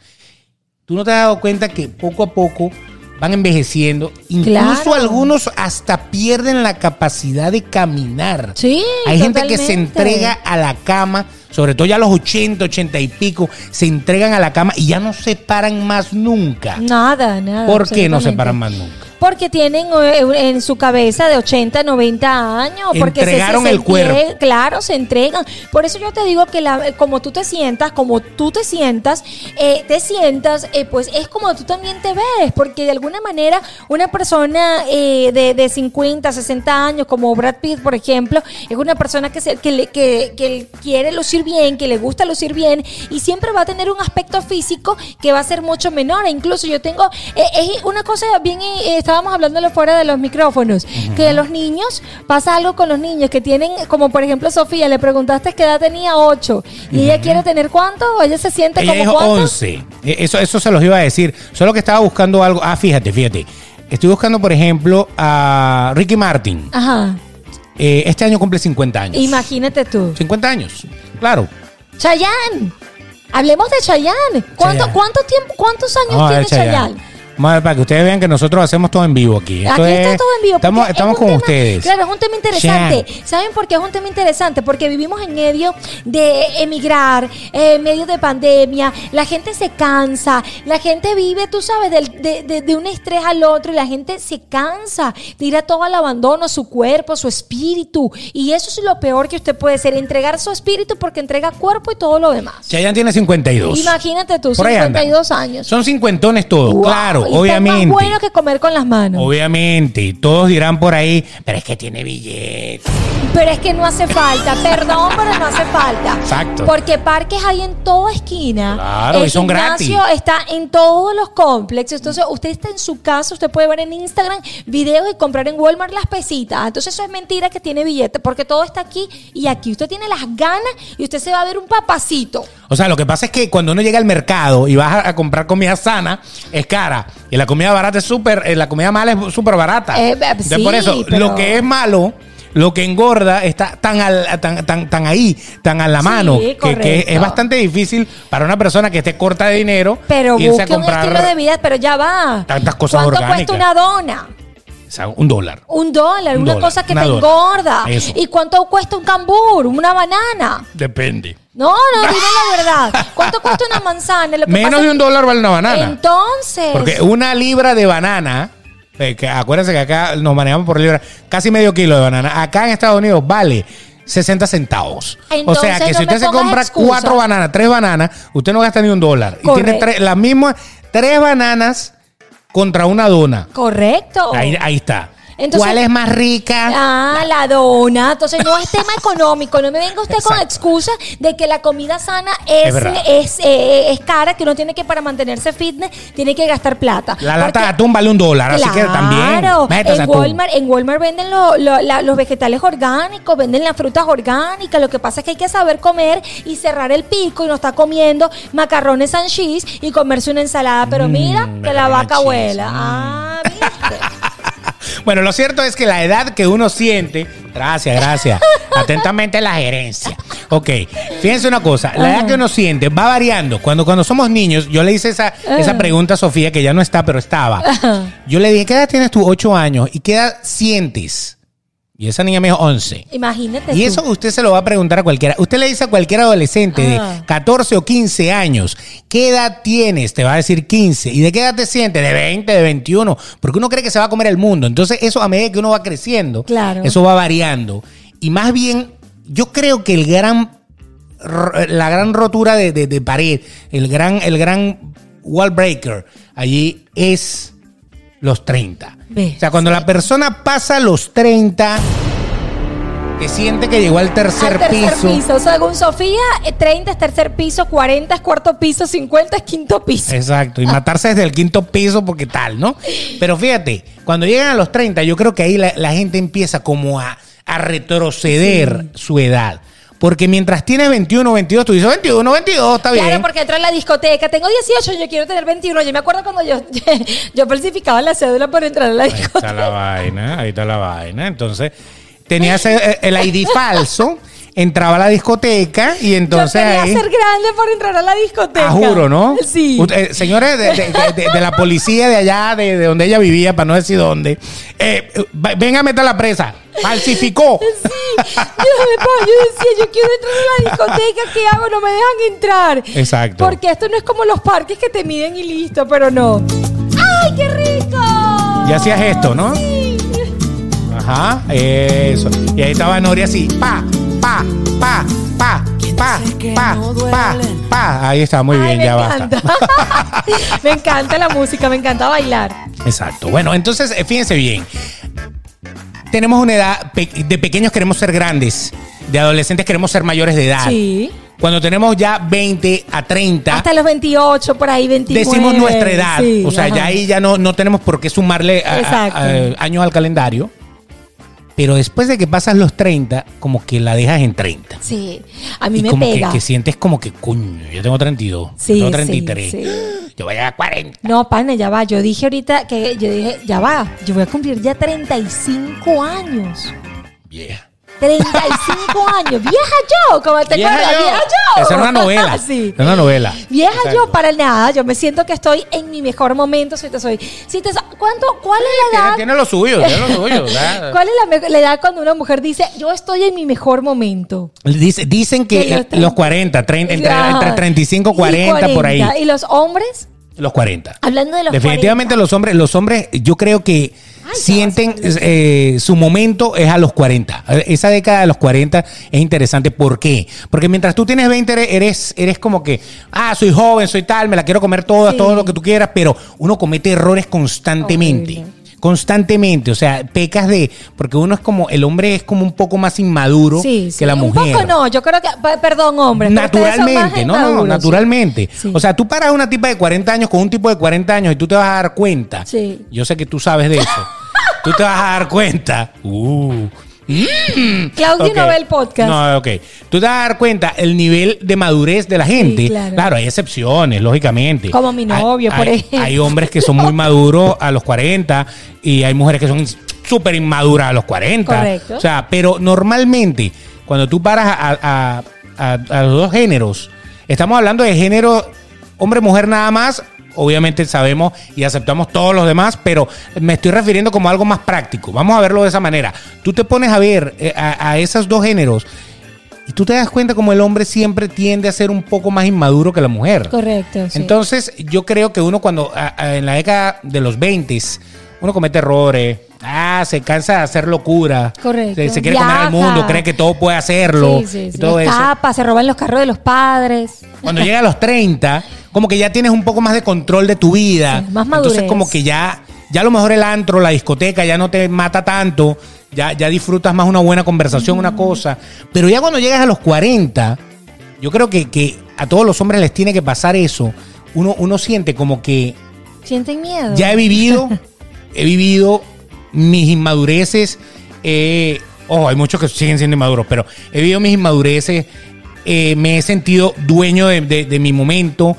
A: Tú no te has dado cuenta que poco a poco van envejeciendo, incluso
B: Claro.
A: algunos hasta pierden la capacidad de caminar.
B: Sí,
A: Hay gente que se
B: totalmente.
A: entrega a la cama, sobre todo ya a los 80, 80 y pico, se entregan a la cama y ya no se paran más nunca.
B: Nada, nada.
A: ¿Por qué no se
B: absolutamente.
A: paran más nunca?
B: Porque tienen eh, en su cabeza de 80, 90 años. Porque se-
A: Entregaron
B: se- se
A: el cuerpo.
B: entrie- Claro, se entregan. Por eso yo te digo que la- como tú te sientas, como tú te sientas, eh, te sientas, eh, pues es como tú también te ves. Porque de alguna manera una persona eh, de, de 50, 60 años, como Brad Pitt, por ejemplo, es una persona que, se- que, le- que- que quiere lucir bien, que le gusta lucir bien y siempre va a tener un aspecto físico que va a ser mucho menor. E Incluso yo tengo, eh, es una cosa bien, eh, estábamos hablándolo fuera de los micrófonos, que los niños, pasa algo con los niños que tienen, como por ejemplo Sofía, le preguntaste qué edad tenía, 8, y ella quiere tener cuánto, o ella se siente
A: Ella
B: como
A: dijo
B: cuánto.
A: 11. Eh, Eso, eso se los iba a decir. Solo que estaba buscando algo. Ah, fíjate, fíjate. Estoy buscando, por ejemplo, a Ricky Martin.
B: Ajá,
A: Eh, este año cumple 50 años.
B: imagínate tú.
A: 50 años, claro.
B: Chayanne, hablemos de Chayanne. ¿Cuánto,
A: Chayanne. Ah,
B: cuánto tiempo, cuántos años
A: Vamos a ver,
B: tiene Chayanne?
A: Vamos a ver, para que ustedes vean que nosotros hacemos todo en vivo aquí. Esto
B: Aquí está
A: es-
B: todo en vivo. porque
A: Estamos,
B: es
A: estamos
B: un
A: con
B: tema-
A: ustedes.
B: Claro, es un tema interesante. ¿Saben por qué es un tema interesante? Porque vivimos en medio de emigrar, eh, en medio de pandemia, la gente se cansa, la gente vive, tú sabes, del- de, de- de un estrés al otro y la gente se cansa, tira todo al abandono, su cuerpo, su espíritu. Y eso es lo peor que usted puede hacer, entregar su espíritu porque entrega cuerpo y todo lo demás.
A: Chayanne tiene 52.
B: Imagínate tú,
A: Por ahí anda.
B: 52 años.
A: Son cincuentones todos,
B: Wow,
A: claro,
B: y está
A: obviamente.
B: más bueno que comer con las manos.
A: Obviamente, todos dirán por ahí, pero es que tiene billetes.
B: Pero es que no hace falta, perdón, pero no hace falta.
A: Exacto.
B: Porque parques hay en toda esquina.
A: Claro, y son
B: gimnasio
A: gratis.
B: está en todos los complejos. Entonces, usted está en su casa, usted puede ver en Instagram videos y comprar en Walmart las pesitas. Ah, Entonces, eso es mentira que tiene billete, porque todo está aquí y aquí. Usted tiene las ganas y usted se va a ver un papacito.
A: O sea, lo que pasa es que cuando uno llega al mercado y vas a, a comprar comida sana, es cara. Y la comida barata es súper, eh, la comida mala es súper barata.
B: Eh, eh, sí,
A: por eso,
B: pero-
A: lo que es malo, lo que engorda, está tan, al- tan, tan, tan ahí, tan a la
B: Sí,
A: mano, que- que,
B: correcto.
A: es bastante difícil para una persona que esté corta de dinero
B: Pero
A: irse a
B: busque un
A: comprar
B: estilo de vida, pero ya va.
A: tantas cosas
B: ¿Cuánto
A: orgánicas?
B: cuesta una dona?
A: o sea, un dólar.
B: Un dólar,
A: Un
B: una
A: dólar,
B: cosa que
A: una
B: te
A: dona.
B: engorda.
A: Eso.
B: ¿Y cuánto cuesta un cambur, una banana?
A: Depende.
B: No, no, dime la verdad. ¿Cuánto cuesta una manzana? Lo que
A: Menos
B: pasa
A: de un dólar vale una banana.
B: Entonces.
A: Porque una libra de banana, eh, que acuérdense que acá nos manejamos por libra, casi medio kilo de banana. Acá en Estados Unidos vale 60 centavos.
B: Entonces,
A: o sea que
B: no
A: si usted
B: me
A: se
B: pongas
A: compra
B: excusas.
A: cuatro bananas, tres bananas, usted no gasta ni un dólar. Y tiene
B: Correcto.
A: tres- las mismas tres bananas contra una dona.
B: Correcto.
A: uh, Ahí, ahí está.
B: Oh. Entonces-
A: ¿Cuál es más rica?
B: Ah, la dona. Entonces no es tema económico. No me venga usted con
A: Exacto.
B: excusas de que la comida sana es,
A: Es verdad.
B: es, eh, es cara, que uno tiene que para mantenerse fitness, tiene que gastar plata.
A: La lata
B: Porque-
A: de atún vale un dólar, así que también.
B: Claro,
A: métase
B: en
A: atún.
B: Walmart, en Walmart venden lo- lo- la- los vegetales orgánicos, venden las frutas orgánicas. Lo que pasa es que hay que saber comer y cerrar el pico y no está comiendo macarrones and cheese y comerse una ensalada. Pero mira que la
A: Mm, macarrones
B: vaca
A: and cheese, mm.
B: abuela. Ah, ¿viste?
A: Bueno, lo cierto es que la edad que uno siente. Gracias, gracias. Atentamente la gerencia. Ok, fíjense una cosa. La edad que uno siente va variando. Cuando, cuando somos niños, yo le hice esa, esa pregunta a Sofía, que ya no está, pero estaba. Yo le dije, ¿qué edad tienes tú? Ocho años. ¿Y qué edad sientes? Y esa niña me dijo, once.
B: Imagínate.
A: Y
B: tú.
A: eso usted se lo va a preguntar a cualquiera. Usted le dice a cualquier adolescente
B: Ah.
A: de 14 o 15 años, ¿qué edad tienes? Te va a decir 15. ¿Y de qué edad te sientes? De 20, de 21. Porque uno cree que se va a comer el mundo. Entonces eso a medida que uno va creciendo,
B: Claro.
A: eso va variando. Y más bien, yo creo que el gran ro- la gran rotura de, de- de pared, el gran, el gran wall breaker, allí es los 30.
B: Ve.
A: O sea, cuando la persona pasa los 30, que siente que llegó al tercer,
B: Al tercer piso. Según Sofía, eh, 30 es tercer piso, 40 es cuarto piso, 50 es quinto piso.
A: Exacto, y matarse desde el quinto piso porque tal, ¿no? Pero fíjate, cuando llegan a los 30, yo creo que ahí la, la gente empieza como a, a retroceder su edad. Porque mientras tienes 21, 22, tú dices 21, 22, está bien.
B: Claro, porque entra en la discoteca. Tengo 18, yo quiero tener 21. Yo me acuerdo cuando yo, yo falsificaba la cédula por entrar a la
A: Ahí está
B: discoteca.
A: la vaina, ahí está la vaina. Entonces, tenías eh, el ID falso, entraba a la discoteca y entonces
B: yo quería
A: ahí...
B: ser grande por entrar a la discoteca.
A: Ah, juro, ¿no?
B: Sí.
A: Usted- eh, señores de, de- de- de- de la policía de allá, de, de donde ella vivía, para no decir dónde, eh, eh, va- venga a meter la presa. Falsificó.
B: Sí, yo, me pongo- yo decía, yo quiero entrar a la discoteca, ¿qué hago? No me dejan entrar.
A: Exacto.
B: Porque esto no es como los parques que te miden y listo, pero no. ¡Ay, qué rico!
A: Y hacías esto, ¿no?
B: Sí.
A: Ajá, eso. Y ahí estaba Noria así, pa, pa, pa, pa, pa, pa, pa, pa. Ahí está, muy bien,
B: Ay, me
A: ya
B: encanta.
A: basta.
B: me encanta la música, me encanta bailar.
A: Exacto. Bueno, entonces, eh, fíjense bien. Tenemos una edad, pe- de pequeños queremos ser grandes, de adolescentes queremos ser mayores de edad.
B: Sí.
A: Cuando tenemos ya 20 a 30,
B: Hasta los 28, por ahí, 29.
A: decimos nuestra edad.
B: Sí,
A: o sea,
B: ajá.
A: ya ahí ya no, no tenemos por qué sumarle a- a-
B: Exacto.
A: a- eh, años al calendario. Pero después de que pasas los 30, como que la dejas en 30.
B: Sí, a mí
A: y
B: me
A: como
B: pega.
A: Que, que sientes como que, coño, yo tengo 32,
B: Sí,
A: yo tengo
B: sí,
A: 33,
B: sí.
A: yo voy a llegar a 40.
B: No, pana, ya va. Yo dije ahorita que yo dije, ya va, yo voy a cumplir ya 35 años.
A: Vieja.
B: 35 años. Vieja yo, como te
A: Vieja
B: acuerdas,
A: yo.
B: vieja yo.
A: Esa es una novela.
B: Sí.
A: Es una novela.
B: Vieja yo
A: Exacto.
B: para el nada, yo me siento que estoy en mi mejor momento, si te soy. Si te so- ¿cuánto, ¿Cuál es la
A: Tiene,
B: edad?
A: tiene lo suyo, tiene lo suyo. o sea.
B: ¿Cuál es la, me- la edad cuando una mujer dice, yo estoy en mi mejor momento?
A: Dice- dicen que,
B: Que los
A: eh, los, 40, 30, entre,
B: Ajá.
A: entre 35,
B: Y
A: 40, por ahí.
B: 40. ¿Y los hombres?
A: Los 40.
B: Hablando de los
A: Definitivamente
B: 40.
A: los hombres, los hombres, yo creo que
B: Ay,
A: sienten
B: ya va a ser
A: eh, su momento es a los 40. Esa década de los 40 es interesante. ¿Por qué? Porque mientras tú tienes 20 eres, eres, eres como que, ah, soy joven, soy tal, me la quiero comer todas,
B: Sí.
A: todo lo que tú quieras, pero uno comete errores constantemente.
B: Horrible.
A: Constantemente, o sea, pecas de. Porque uno es como. El hombre es como un poco más inmaduro
B: Sí, sí.
A: que la mujer.
B: Un poco no, yo creo que, pe- perdón, hombre. pero ustedes son más
A: Naturalmente, no, no,
B: inmaduros.
A: naturalmente.
B: Sí.
A: O sea, tú paras a una tipa de 40 años con un tipo de 40 años y tú te vas a dar cuenta.
B: Sí.
A: Yo sé que tú sabes de eso. tú te vas a dar cuenta. Uh.
B: Claudio
A: Ok.
B: no ve el podcast.
A: No, ok. Tú te vas a dar cuenta el nivel de madurez de la gente.
B: claro.
A: claro. hay excepciones, lógicamente.
B: Como mi
A: Hay-
B: novio, por
A: hay-
B: ejemplo.
A: Hay hombres que son muy maduros a los 40 y hay mujeres que son súper inmaduras a los 40.
B: Correcto.
A: O sea, pero normalmente, cuando tú paras a, a- a- a los dos géneros, estamos hablando de género hombre-mujer nada más. Obviamente sabemos y aceptamos todos los demás, pero me estoy refiriendo como algo más práctico. Vamos a verlo de esa manera. Tú te pones a ver eh, a, a esos dos géneros y tú te das cuenta como el hombre siempre tiende a ser un poco más inmaduro que la mujer.
B: Correcto. sí.
A: Entonces, yo creo que uno cuando a- a- en la década de los 20 uno comete errores. Ah, se cansa de hacer locura.
B: Correcto.
A: Se, se quiere comer
B: Viaja.
A: al mundo, cree que todo puede hacerlo.
B: Sí, sí,
A: y
B: sí.
A: todo
B: Los
A: eso.
B: tapas, se roban los carros de los padres.
A: Cuando llega a los 30, como que ya tienes un poco más de control de tu vida.
B: Sí, más madurez.
A: Entonces, como que ya, ya a lo mejor el antro, la discoteca, ya no te mata tanto. Ya, ya disfrutas más una buena conversación, una cosa. Pero ya cuando llegas a los 40, yo creo que, que a todos los hombres les tiene que pasar eso. Uno, uno siente como que
B: ¿Sienten miedo?
A: ya he vivido, he vivido mis inmadureces. eh, ojo, hay muchos que siguen siendo inmaduros, pero he vivido mis inmadureces. eh, me he sentido dueño de, de- de mi momento.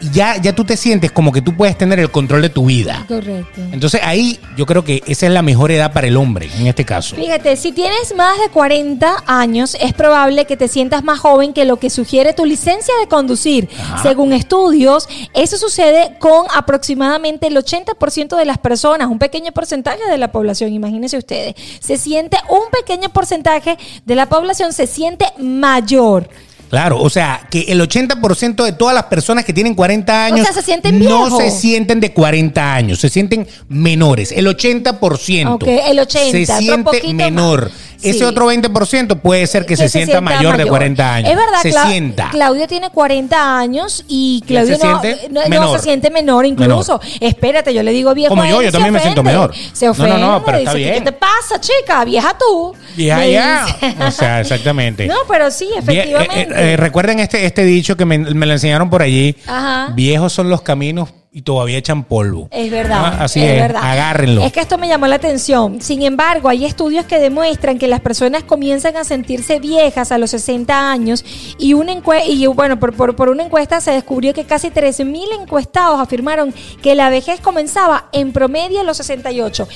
A: y Ya, ya tú te sientes como que tú puedes tener el control de tu vida.
B: Correcto.
A: Entonces ahí yo creo que esa es la mejor edad para el hombre, en este caso.
B: Fíjate, si tienes más de 40 años, es probable que te sientas más joven que lo que sugiere tu licencia de conducir. Según estudios, eso sucede con aproximadamente el 80% de las personas, un pequeño porcentaje de la población, imagínense ustedes. Se siente, un pequeño porcentaje de la población se siente mayor.
A: Claro, o sea, que el 80% de todas las personas que tienen 40 años
B: sea, se sienten
A: no
B: viejos.
A: se sienten de 40 años, se sienten menores. El 80%.
B: Ok, el 80,
A: se
B: otro
A: siente
B: poquito
A: menor.
B: más. Sí.
A: Ese otro 20% puede ser que, se, sienta, mayor de 40 años.
B: Es verdad,
A: se
B: Cla-
A: sienta.
B: Claudia tiene 40 años y
A: Y él
B: Claudia
A: se
B: no,
A: siente
B: no- no
A: menor.
B: se siente menor incluso. Espérate, yo le digo viejo.
A: Como
B: a
A: yo,
B: él y
A: yo
B: se
A: también me siento
B: ofende.
A: menor.
B: Se
A: No, no,
B: ofende.
A: no, pero
B: dice,
A: está
B: "¿Qué-
A: bien".
B: ¿Qué te pasa, chica? Vieja tú.
A: Vieja
B: Le
A: ya.
B: dice.
A: O sea, exactamente.
B: No, pero sí,
A: Vie-
B: efectivamente.
A: eh, eh, eh, recuerden este, este dicho que me, me lo enseñaron por allí.
B: Ajá.
A: Viejos son los caminos y todavía echan polvo.
B: Es verdad.
A: Ah, así es.
B: verdad.
A: Agárrenlo.
B: Es que esto me llamó la atención. Sin embargo, hay estudios que demuestran que las personas comienzan a sentirse viejas a los 60 años y una encue- y bueno, por, por- por una encuesta se descubrió que casi 3.000 encuestados afirmaron que la vejez comenzaba en promedio a los 68.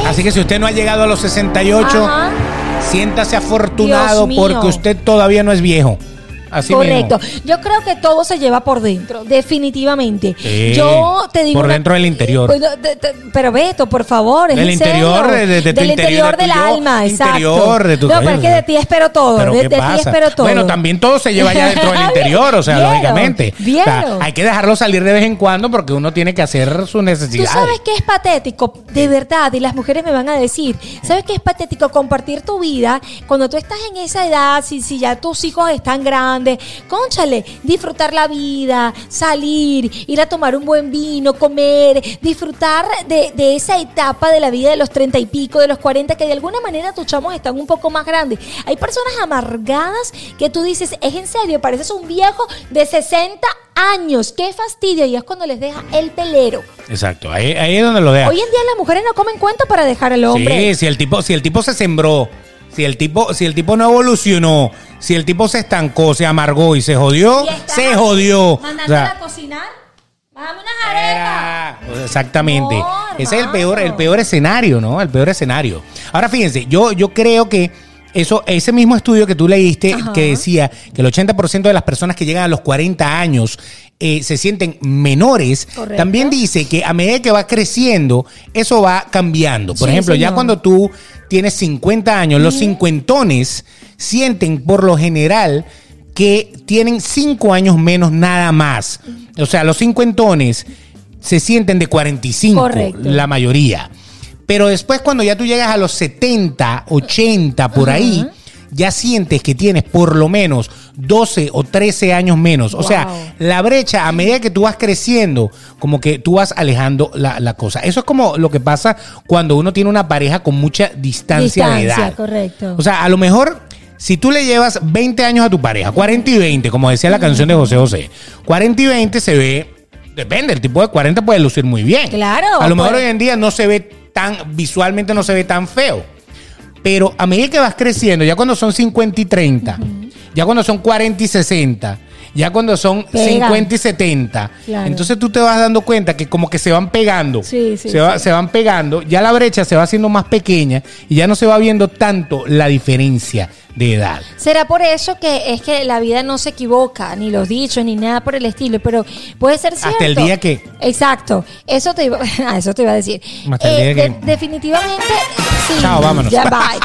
B: Es-
A: Así que si usted no ha llegado a los 68,
B: Ajá.
A: siéntase afortunado
B: Dios mío.
A: porque usted todavía no es viejo. Así
B: Correcto.
A: mismo.
B: Yo creo que todo se lleva por dentro, definitivamente.
A: Sí,
B: Yo te digo.
A: por dentro del interior.
B: Pues, no, te- te- Pero Beto, por favor. es
A: Del
B: en
A: interior,
B: serio.
A: de- de- de tu
B: del interior,
A: interior, de
B: del
A: tu yo
B: alma,
A: interior,
B: exacto.
A: de tu-
B: no, pero es que de ti espero todo.
A: Pero
B: de,
A: ¿qué
B: de ti
A: pasa?
B: espero todo.
A: Bueno, también todo se lleva allá dentro del interior, o sea,
B: Vieron,
A: lógicamente. O sea,
B: vieron.
A: hay que dejarlo salir de vez en cuando porque uno tiene que hacer sus
B: Tú
A: necesidades.
B: sabes que es patético, de verdad, y las mujeres me van a decir, ¿sabes que es patético compartir tu vida cuando tú estás en esa edad, si, si ya tus hijos están grandes? Cónchale, disfrutar la vida, salir, ir a tomar un buen vino, comer, disfrutar de, de esa etapa de la vida de los treinta y pico, de los cuarenta, que de alguna manera tus chamos están un poco más grandes. Hay personas amargadas que tú dices, es en serio, pareces un viejo de 60 años, qué fastidio, y es cuando les deja el pelero.
A: Exacto, ahí, ahí es donde lo deja.
B: Hoy en día las mujeres no comen cuento para dejar al hombre.
A: Sí, si el tipo, si el tipo se sembró, si el tipo, si el tipo no evolucionó, si el tipo se estancó, se amargó y se jodió,
B: Y estás
A: se jodió.
B: Mandándola
A: O sea,
B: a cocinar. Bájame unas arepas.
A: era- exactamente.
B: No,
A: Ese es el
B: hermano.
A: peor, el peor escenario, ¿no? El peor escenario. Ahora fíjense, yo, yo creo que eso, ese mismo estudio que tú leíste
B: Ajá.
A: que decía que el 80% de las personas que llegan a los 40 años eh, se sienten menores,
B: Correcto.
A: también dice que a medida que va creciendo, eso va cambiando. Por
B: Sí,
A: ejemplo,
B: señor.
A: ya cuando tú tienes 50 años, los cincuentones sienten por lo general que tienen 5 años menos nada más. O sea, los cincuentones se sienten de 45,
B: Correcto.
A: la mayoría. Pero después cuando ya tú llegas a los 70, 80, por ahí, ya sientes que tienes por lo menos 12 o 13 años menos. O sea,
B: Wow.
A: la brecha, a medida que tú vas creciendo, como que tú vas alejando la, la cosa. Eso es como lo que pasa cuando uno tiene una pareja con mucha distancia, de
B: Distancia,
A: edad.
B: correcto.
A: O sea, a lo mejor, si tú le llevas 20 años a tu pareja, 40 y 20, como decía la canción de José José, 40 y 20 se ve, depende, el tipo de 40 puede lucir muy bien.
B: Claro,
A: A lo mejor
B: puede-
A: hoy en día no se ve tan, visualmente no se ve tan feo. Pero a medida que vas creciendo, ya cuando son 50 y 30, ya cuando son 40 y 60, ya cuando son
B: Pega.
A: 50 y 70,
B: Claro.
A: entonces tú te vas dando cuenta que como que se van pegando,
B: Sí, sí,
A: se, va- se van pegando, ya la brecha se va haciendo más pequeña y ya no se va viendo tanto la diferencia de edad.
B: Será por eso que es que la vida no se equivoca, ni los dichos, ni nada por el estilo, pero puede ser cierto.
A: Hasta el día que-
B: Exacto. Eso te iba, ah, eso te iba a decir. Eh,
A: Hasta el día que-
B: Definitivamente, sí.
A: Chao, vámonos.
B: Ya, bye.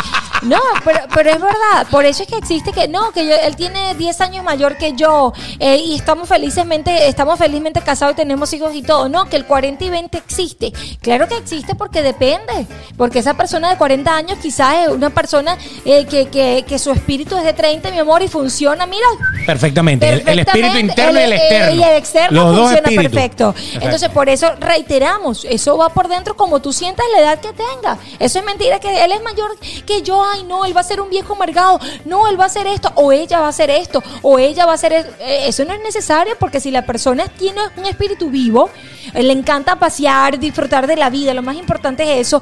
B: No, pero, pero es verdad, por eso es que existe que no, que yo- él tiene 10 años mayor que yo eh, y estamos felizmente, estamos felizmente casados y tenemos hijos y todo. No, que el 40 y 20 existe. Claro que existe porque depende, porque esa persona de 40 años quizás es una persona eh, que, que, que su espíritu es de 30, mi amor, y funciona, mira,
A: Perfectamente. El- El, espíritu
B: Perfectamente.
A: interno y el externo.
B: Y el externo
A: Los dos
B: funciona
A: espíritus.
B: perfecto.
A: Exacto.
B: Entonces, por eso reiteramos, eso va por dentro como tú sientas la edad que tenga. Eso es mentira, que él es mayor que yo, ay no, él va a ser un viejo amargado, no, él va a hacer esto, o ella va a hacer esto, o ella va a hacer esto. Eh, Eso no es necesario porque si la persona tiene un espíritu vivo, eh, le encanta pasear, disfrutar de la vida, lo más importante es eso,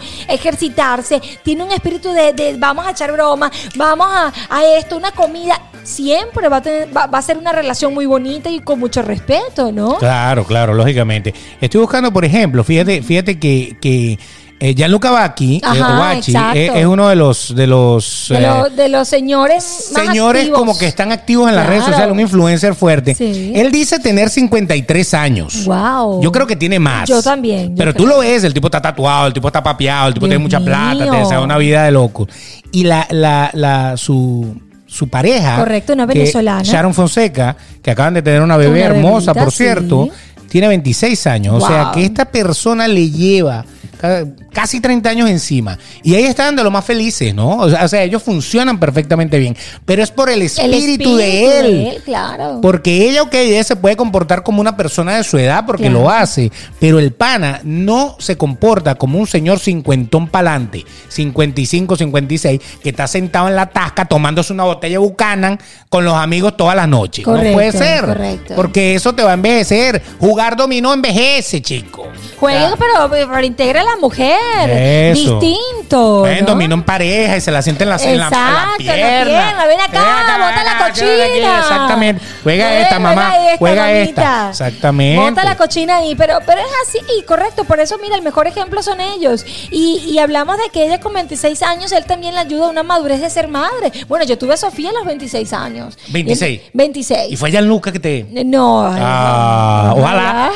B: ejercitarse, tiene un espíritu de, de vamos a echar broma, vamos a, a esto, una comida, siempre va a, tener, va, va a ser una relación muy bonita y con mucho respeto, ¿no?
A: Claro, claro, lógicamente. Estoy buscando, por ejemplo, fíjate, fíjate que, que eh, Gianluca Bacchi, eh,
B: Ajá,
A: o Bacci,
B: exacto.
A: eh, es, uno de los de los,
B: De,
A: eh,
B: lo- de los señores más
A: señores
B: activos.
A: como que están activos en las
B: Claro.
A: redes sociales, un influencer fuerte.
B: Sí.
A: Él dice tener 53 años.
B: Wow.
A: Yo creo que tiene más.
B: Yo también, yo
A: Pero tú
B: creo.
A: lo ves, el tipo está tatuado, el tipo está papeado, el tipo
B: Dios
A: tiene mucha plata,
B: mío.
A: te desea una vida de loco. Y la, la, la, su, su pareja.
B: Correcto, una
A: que-
B: venezolana.
A: Sharon Fonseca, que acaban de tener una bebé
B: Una
A: hermosa,
B: bebita,
A: por
B: sí.
A: cierto. Tiene 26 años. O sea
B: Wow.
A: que esta persona le lleva ca- casi 30 años encima. Y ahí están de lo más felices, ¿no? O sea, o sea, ellos funcionan perfectamente bien. Pero es por el espíritu, de él.
B: claro.
A: Porque ella, ok, ella se puede comportar como una persona de su edad porque
B: Claro.
A: lo hace, pero el pana no se comporta como un señor cincuentón pa'lante, 55, 56, que está sentado en la tasca tomándose una botella bucanan con los amigos todas las noches. no
B: Correcto,
A: puede ser.
B: correcto.
A: Porque eso te va a envejecer. Jugar dominó envejece, chico.
B: Juega, pero, pero integra a la mujer.
A: Eso.
B: Distinto.
A: Ven,
B: ¿no?
A: dominó en pareja y se la siente en la, en la- en la
B: Exacto, en la
A: pierna.
B: pierna. Ven acá, bota la
A: acá, quédate aquí.
B: cochina.
A: Exactamente. Juega
B: Ven,
A: esta, mamá. Juega esta.
B: mamita.
A: Exactamente.
B: Bota la cochina ahí. Pero, pero es así, y correcto. Por eso, mira, el mejor ejemplo son ellos. Y, y hablamos de que ella con 26 años, él también le ayuda a una madurez de ser madre. Bueno, yo tuve a Sofía a los 26 años.
A: 26.
B: Y- 26.
A: Y fue allá el Luca que te.
B: No. ay,
A: Ah,
B: no.
A: ojalá.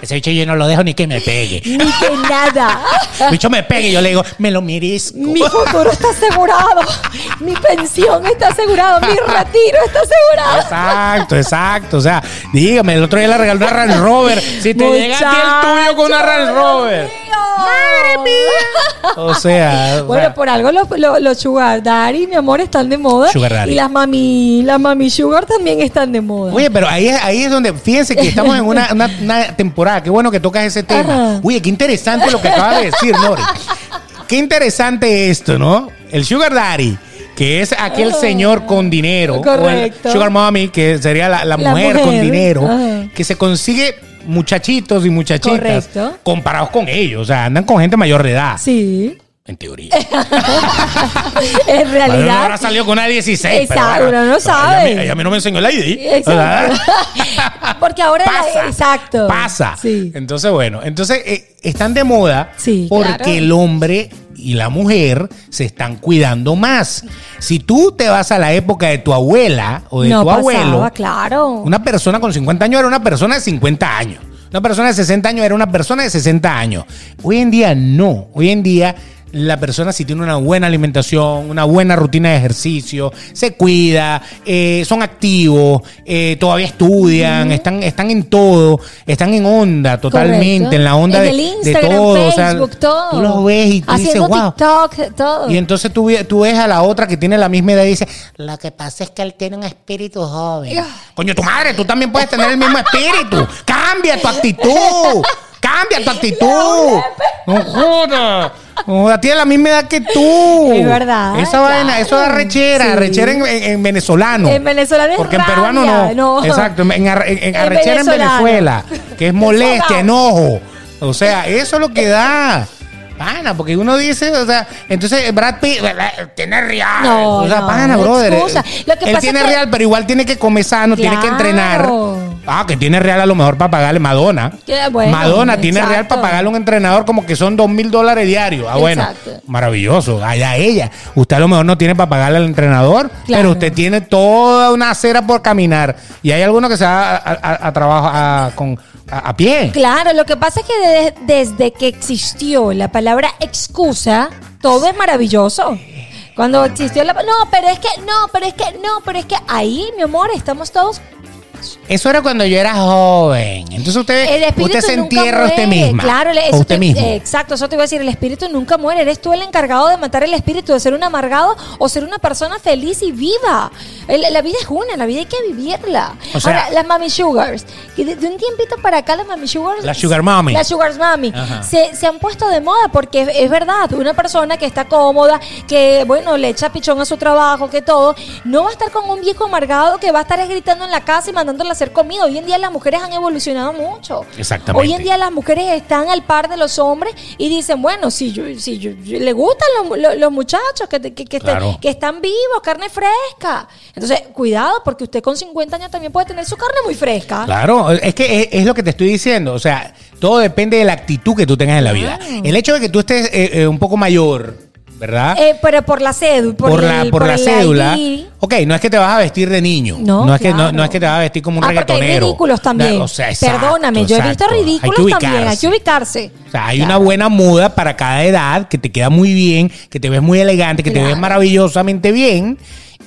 A: Ese bicho yo no lo dejo ni que me pegue.
B: Ni que nada.
A: El bicho me pegue y yo le digo, me lo mires.
B: Mi futuro está asegurado. Mi pensión está asegurada. Mi retiro está asegurado.
A: Exacto, exacto. O sea, dígame, el otro día le regaló una Range Rover. Si te llega a ti el tuyo con una Range Rover.
B: ¡Madre mía!
A: O sea. o
B: Bueno,
A: sea,
B: por algo los, los, los sugar daddy, mi amor, están de moda.
A: Sugar daddy.
B: Y las mami, las mami sugar también están de moda.
A: Oye, pero ahí, es- ahí es donde, fíjense que estamos en una, una- una temporada. Qué bueno que tocas ese tema.
B: Ajá.
A: Oye, qué interesante lo que acabas de decir, Nori. Qué interesante esto, ¿no? El Sugar Daddy, que es aquel señor con dinero.
B: Ah.
A: O
B: Correcto.
A: el Sugar Mommy, que sería la, la
B: La
A: mujer, con
B: mujer.
A: dinero,
B: Ajá.
A: que se consigue muchachitos y muchachitas
B: Correcto.
A: comparados con ellos. O sea, andan con gente mayor de edad,
B: Sí.
A: en teoría.
B: en
A: Pero no
B: realidad.
A: habrá salido con una 16.
B: Exacto,
A: pero bueno,
B: uno
A: ella
B: no
A: a mí-
B: sabe.
A: Ella a mí no me enseñó el ID.
B: Exacto. Porque ahora la-
A: Pasa.
B: exacto.
A: Pasa.
B: Sí.
A: Entonces, bueno, entonces eh, están de moda
B: Sí,
A: porque
B: claro.
A: el hombre y la mujer se están cuidando más. Si tú te vas a la época de tu abuela o de
B: no
A: tu
B: pasaba,
A: abuelo,
B: claro.
A: una persona con 50 años era una persona de 50 años. Una persona de 60 años era una persona de 60 años. Hoy en día no. Hoy en día la persona si tiene una buena alimentación, una buena rutina de ejercicio, se cuida, eh, son activos, eh, todavía estudian, están, están en todo, están en onda totalmente,
B: Correcto.
A: en la onda
B: En
A: de,
B: el
A: de
B: Instagram,
A: todo. o sea,
B: Facebook, todo.
A: Tú los ves y tú dices,
B: Haciendo
A: wow.
B: TikTok, todo.
A: Y entonces tú, vi- tú ves a la otra que tiene la misma edad y dice, lo que pasa es que él tiene un espíritu joven. Coño, tu madre, tú también puedes tener el mismo espíritu. Cambia tu actitud. Cambia tu actitud. No jodas. No jodas, tiene la misma edad que tú.
B: Es verdad,
A: Esa vaina, eso es
B: claro.
A: arrechera,
B: Sí.
A: arrechera en, en- en venezolano.
B: En venezolano es
A: Porque en peruano no.
B: rabia, no.
A: Exacto, en, en arre- en- en
B: En
A: arrechera en
B: venezolano.
A: Venezuela, que es molestia,
B: Desahogado.
A: enojo. O sea, eso es lo que da. Pana, porque uno dice, o sea, entonces Brad Pitt eh, tiene real.
B: No,
A: o sea,
B: no,
A: pana,
B: no
A: brother. eh,
B: excusa. Lo que
A: Él
B: pasa
A: tiene
B: es que-
A: real, pero igual tiene que comer sano, tiene que
B: Claro.
A: entrenar. Ah, que tiene real a lo mejor para pagarle Madonna.
B: Que bueno,
A: Madonna tiene real
B: exacto.
A: para pagarle a un entrenador como que son dos mil dólares diarios. Ah, bueno,
B: Exacto.
A: maravilloso. Allá ella. Usted a lo mejor no tiene para pagarle al entrenador, pero
B: Claro.
A: usted tiene toda una acera por caminar. Y hay algunos que se va a, a- a trabajo a, con, a, a pie.
B: Claro, lo que pasa es que de- desde que existió la palabra excusa, todo es maravilloso. Cuando existió la no, pero es que no, pero es que no, pero es que ahí, mi amor, estamos todos
A: Eso era cuando yo era joven. Entonces
B: el
A: usted,
B: espíritu
A: usted se
B: nunca
A: entierra a usted
B: muere.
A: misma.
B: Claro, le-
A: O
B: eso
A: usted
B: te-
A: mismo.
B: eh, exacto, eso te iba a decir, el espíritu nunca muere, eres tú el encargado de matar el espíritu, de ser un amargado o ser una persona feliz y viva. El- la vida es una, la vida hay que vivirla.
A: O sea-
B: Ahora, las mami sugars, que de, de un tiempito para acá las mami sugars...
A: Las sugar mommy.
B: Las sugar mami.
A: Ajá.
B: Se, se han puesto de moda porque es, es verdad, una persona que está cómoda, que bueno, le echa pichón a su trabajo, que todo, no va a estar con un viejo amargado que va a estar gritando en la casa y mandándole a hacer comida. Hoy en día las mujeres han evolucionado mucho.
A: Exactamente.
B: Hoy en día las mujeres están al par de los hombres y dicen, bueno, si yo, si yo, yo- le gustan los, los- los muchachos que, que- que están-
A: Claro.
B: que están vivos, carne fresca. Entonces, cuidado, porque usted con 50 años también puede tener su carne muy fresca.
A: Claro, es que es, es lo que te estoy diciendo. O sea, todo depende de la actitud que tú tengas en la vida.
B: Ah.
A: El hecho de que tú estés eh, eh, un poco mayor, ¿verdad?
B: Eh, pero por la cédula.
A: por, la,
B: el-
A: por la
B: el Ah,
A: cédula.
B: ID.
A: Ok, no es que te vas a vestir de niño. No,
B: No,
A: es, que, no,
B: claro.
A: no es que te vas a vestir como un
B: Ah, porque hay
A: reggaetonero.
B: ridículos también.
A: No, o sea, exacto,
B: Perdóname, yo he visto
A: exacto.
B: ridículos
A: Hay que
B: también. Hay
A: ubicarse.
B: que ubicarse.
A: O sea, hay
B: Claro.
A: una buena muda para cada edad que te queda muy bien, que te ves muy elegante, que te
B: Claro.
A: ves maravillosamente bien.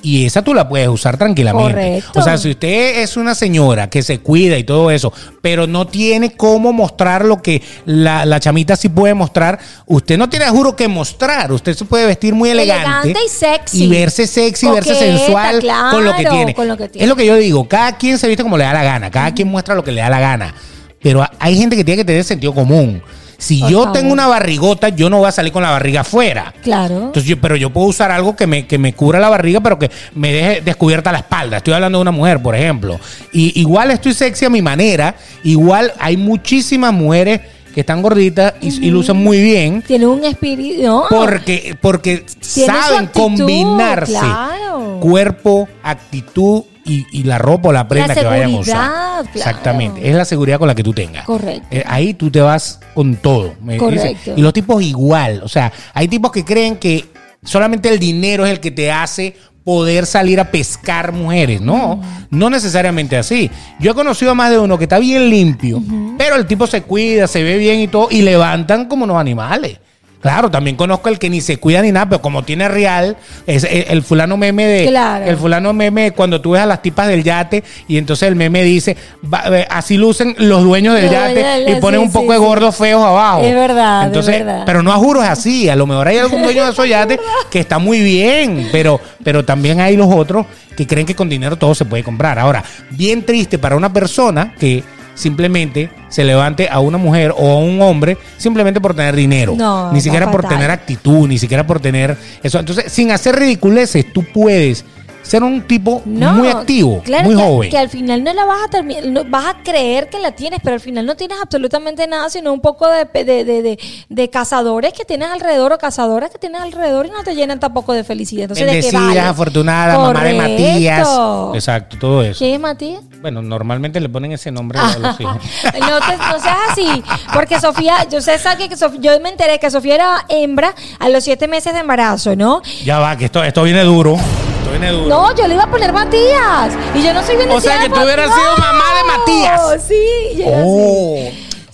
A: Y esa tú la puedes usar tranquilamente.
B: Correcto.
A: O sea, si usted es una señora que se cuida y todo eso, pero no tiene cómo mostrar lo que la, la chamita sí puede mostrar, usted no tiene, juro, que mostrar. Usted se puede vestir muy elegante.
B: Elegante y sexy.
A: Y verse sexy, verse
B: Coqueta,
A: sensual
B: claro,
A: con lo que tiene.
B: con lo que tiene.
A: Es lo que yo digo, cada quien se viste como le da la gana, cada quien muestra lo que le da la gana. Pero ha- hay gente que tiene que tener sentido común. Si
B: Por
A: yo
B: favor.
A: tengo una barrigota, yo no voy a salir con la barriga afuera.
B: Claro.
A: Entonces yo- pero yo puedo usar algo que me, que me cubra la barriga, pero que me deje descubierta la espalda. Estoy hablando de una mujer, por ejemplo. Y igual estoy sexy a mi manera. Igual hay muchísimas mujeres que están gorditas y, y lucen muy bien.
B: Tiene un espíritu. no.
A: Porque, porque
B: su
A: saben
B: actitud,
A: combinarse
B: claro.
A: cuerpo, actitud y, y la ropa o la prenda que vayan a usar.
B: seguridad, claro.
A: Exactamente. Es la seguridad con la que tú tengas.
B: Correcto.
A: Eh, ahí tú te vas con todo. me dice.
B: Correcto.
A: Y los tipos igual. O sea, hay tipos que creen que solamente el dinero es el que te hace poder salir a pescar mujeres. No, no necesariamente así. Yo he conocido a más de uno que está bien limpio, pero el tipo se cuida, se ve bien y todo, y levantan como unos animales. Claro, también conozco el que ni se cuida ni nada, pero como tiene real, es el, el fulano meme de
B: Claro.
A: el fulano meme cuando tú ves a las tipas del yate y entonces el meme dice, va- eh, así lucen los dueños del
B: Los
A: yate
B: dueños del-
A: y ponen
B: sí,
A: un poco
B: sí,
A: de
B: sí.
A: gordos feos abajo.
B: Es verdad, es verdad.
A: Pero no a juro es así, a lo mejor hay algún dueño de esos yates que está muy bien, pero, pero también hay los otros que creen que con dinero todo se puede comprar. Ahora, bien triste para una persona que simplemente se levante a una mujer o a un hombre simplemente por tener dinero,
B: No,
A: ni siquiera
B: está
A: por
B: fatal.
A: tener actitud, ni siquiera por tener eso. Entonces, sin hacer ridiculeces, tú puedes ser un tipo
B: No,
A: muy activo,
B: claro
A: muy
B: que,
A: joven.
B: Que al final no la vas a termi- no- vas a creer que la tienes, pero al final no tienes absolutamente nada, sino un poco de, pe- de, de, de- de cazadores que tienes alrededor o cazadoras que tienes alrededor y no te llenan tampoco de felicidad. Entonces, ¿de qué
A: Bendecidas,
B: vale?
A: afortunadas, mamá de
B: Correcto.
A: Matías. Exacto, todo eso.
B: ¿Quién es Matías?
A: Bueno, normalmente le ponen ese nombre a los hijos.
B: no, te- no seas así, porque Sofía, yo sé sabe que Sof- yo me enteré que Sofía era hembra a los siete meses de embarazo, ¿no?
A: Ya va, que esto, esto viene duro. Esto viene duro.
B: No, yo le iba a poner Matías y yo no soy bendecida.
A: O sea, que
B: por-
A: tú hubieras
B: ¡No!
A: sido mamá de Matías.
B: Sí, yo era así.
A: Oh.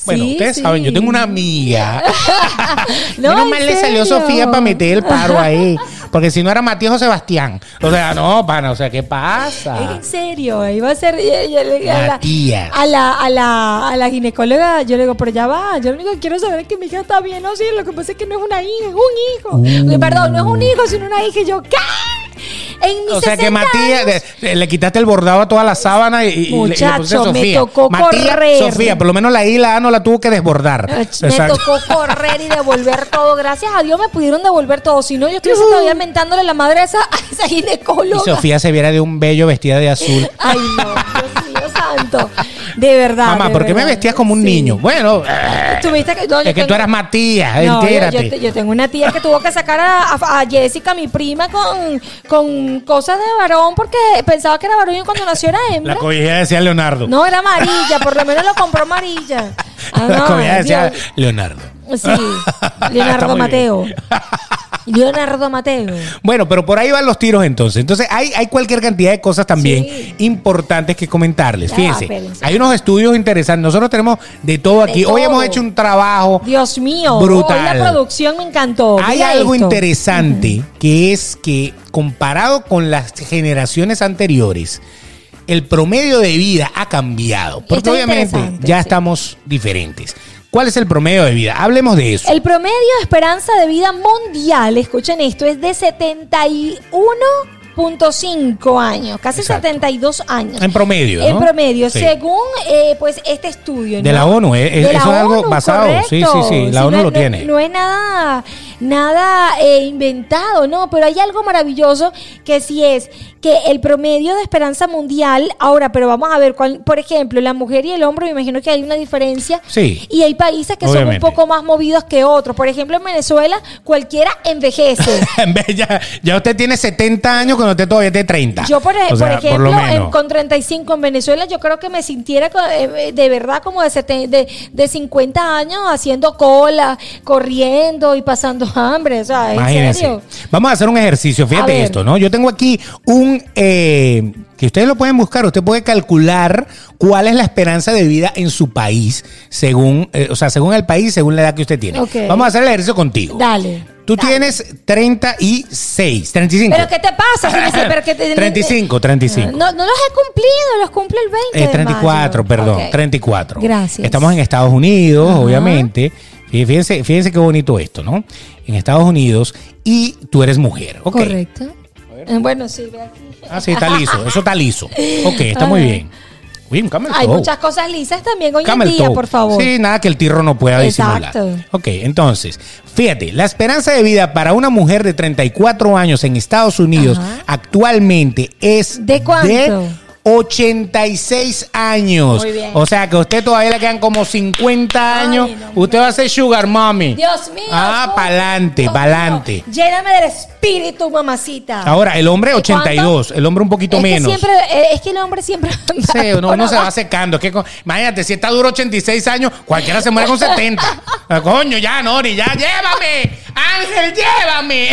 A: Bueno,
B: Sí,
A: ustedes
B: sí.
A: saben, yo tengo una amiga.
B: No,
A: Menos
B: en
A: mal le salió
B: serio.
A: Sofía para meter el paro ahí. Porque si no era Matías o Sebastián. O sea, no, pana, o sea, ¿qué pasa?
B: En serio, iba a ser yo- yo le- a, la,
A: Ah. Matías.
B: a la a la a la ginecóloga, yo le digo, pero ya va, yo lo único que quiero saber es que mi hija está bien, no sí, lo que pasa es que no es una hija, es un hijo.
A: Uh.
B: Perdón, no es un hijo, sino una hija, y yo ¿qué? En mis
A: O sea que
B: 60
A: Matías
B: años-
A: le, le quitaste el bordado a toda la sábana y, y- y le- y le pusiste
B: Muchacho, me
A: Sofía.
B: tocó
A: Matías,
B: correr.
A: Sofía, por lo menos la I y la A no la tuvo que desbordar.
B: me
A: Exacto.
B: tocó correr y devolver todo. Gracias a Dios me pudieron devolver todo. Si no, yo estuviese todavía mentándole la madre a esa, a esa
A: Uh. Y
B: ginecóloga.
A: Sofía se viera de un bello vestida de azul.
B: Ay, no, Dios mío santo. De verdad.
A: Mamá,
B: de
A: ¿por qué me
B: verdad.
A: vestías como un
B: Sí.
A: niño? Bueno, eh,
B: Tuviste que- no, yo
A: es que tú
B: tengo-
A: eras Matías,
B: No, yo- yo,
A: Ah, entérate.
B: te- yo tengo una tía que tuvo que sacar a, a- a Jessica, mi prima, con, con cosas de varón porque pensaba que era varón y cuando nació era hembra.
A: la cobija decía Leonardo.
B: No, era amarilla, por lo menos lo compró amarilla. Ah,
A: la
B: no,
A: cobija decía
B: Dios.
A: Leonardo.
B: Sí,
A: Está
B: Leonardo
A: muy
B: Mateo.
A: bien.
B: Leonardo Mateo.
A: Bueno, pero por ahí van los tiros entonces. Entonces hay, hay cualquier cantidad de cosas también
B: Sí.
A: importantes que comentarles.
B: Ya,
A: Fíjense,
B: espérense.
A: hay unos estudios interesantes. Nosotros tenemos de todo aquí. Hoy
B: todo.
A: hemos hecho un trabajo.
B: Dios mío,
A: Brutal.
B: hoy la producción me encantó.
A: Hay
B: Mira
A: algo
B: esto.
A: interesante que es que comparado con las generaciones anteriores, el promedio de vida ha cambiado. Porque
B: Esto es
A: obviamente
B: interesante,
A: ya
B: sí.
A: estamos diferentes. ¿Cuál es el promedio de vida? Hablemos de eso.
B: El promedio de esperanza de vida mundial, escuchen esto, es de 71.5 años, casi
A: Exacto.
B: 72 años.
A: En promedio,
B: En
A: ¿no?
B: promedio,
A: Sí.
B: según eh, pues este estudio.
A: De
B: ¿no?
A: la ONU, eh,
B: De
A: eso
B: la
A: es algo
B: ONU,
A: basado, sí, sí, sí, la ONU
B: no
A: lo
B: es-
A: tiene.
B: No es nada, nada eh, inventado, ¿no? Pero hay algo maravilloso que sí es que el promedio de esperanza mundial, ahora, pero vamos a ver, cuál, por ejemplo, la mujer y el hombre, me imagino que hay una diferencia.
A: Sí.
B: Y hay países que
A: Obviamente.
B: son un poco más movidos que otros. Por ejemplo, en Venezuela, cualquiera envejece.
A: En vez- ya, ya usted tiene 70 años cuando usted todavía tiene 30.
B: Yo, por, e-
A: O sea,
B: por ejemplo,
A: lo
B: en-
A: menos.
B: con 35 en Venezuela, yo creo que me sintiera co- eh, eh, de verdad como de, seten- de, de 50 años haciendo cola, corriendo y pasando hambre. O sea, en
A: Imagínense.
B: serio.
A: Vamos a hacer un ejercicio.
B: A
A: Fíjate
B: ver.
A: esto, ¿no? Yo tengo aquí un. eh, que ustedes lo pueden buscar. Usted puede calcular cuál es la esperanza de vida en su país, según. eh, o sea, según el país, según la edad que usted tiene.
B: Ok.
A: Vamos a hacer el ejercicio contigo.
B: Dale.
A: Tú tienes 36, 35.
B: ¿Pero qué te pasa? Si me dice, pero que te-
A: 35, 35.
B: No, no los he cumplido, los cumple el 20
A: Eh,
B: de
A: 34,
B: mayo.
A: perdón,
B: Ok.
A: 34.
B: Gracias.
A: Estamos en Estados Unidos, obviamente. Y Fíjense, fíjense qué bonito esto, ¿no? En Estados Unidos y tú eres mujer. ok.
B: Correcto. Eh, Bueno, sí, ve aquí.
A: Ah, sí, está liso. Eso está liso. Ok, está muy
B: Ajá.
A: bien. Uy, un camel
B: Hay
A: toe.
B: muchas cosas lisas también hoy
A: Camel
B: en día,
A: toe.
B: por favor.
A: Sí, nada que el tirro no pueda disimular.
B: Exacto.
A: Ok, entonces, fíjate, la esperanza de vida para una mujer de 34 años en Estados Unidos
B: Ajá.
A: actualmente es
B: ¿De cuánto?
A: 86 años.
B: Muy bien.
A: O sea que a usted todavía le quedan como 50
B: Ay,
A: años.
B: no
A: usted va a ser sugar mommy.
B: Dios mío.
A: Ah,
B: Dios
A: pa'lante,
B: mío.
A: pa'lante.
B: Lléname del espíritu, mamacita.
A: Ahora, el hombre
B: ¿Y cuánto?
A: 82, el hombre un poquito
B: es
A: menos.
B: Que siempre, eh, es que el hombre siempre.
A: No sé, uno,
B: por
A: uno se
B: abajo.
A: va secando. Es que, co- imagínate, si está duro 86 años, cualquiera se muere con 70. Ah, Coño, ya, Nori, ya, llévame. Ángel, llévame.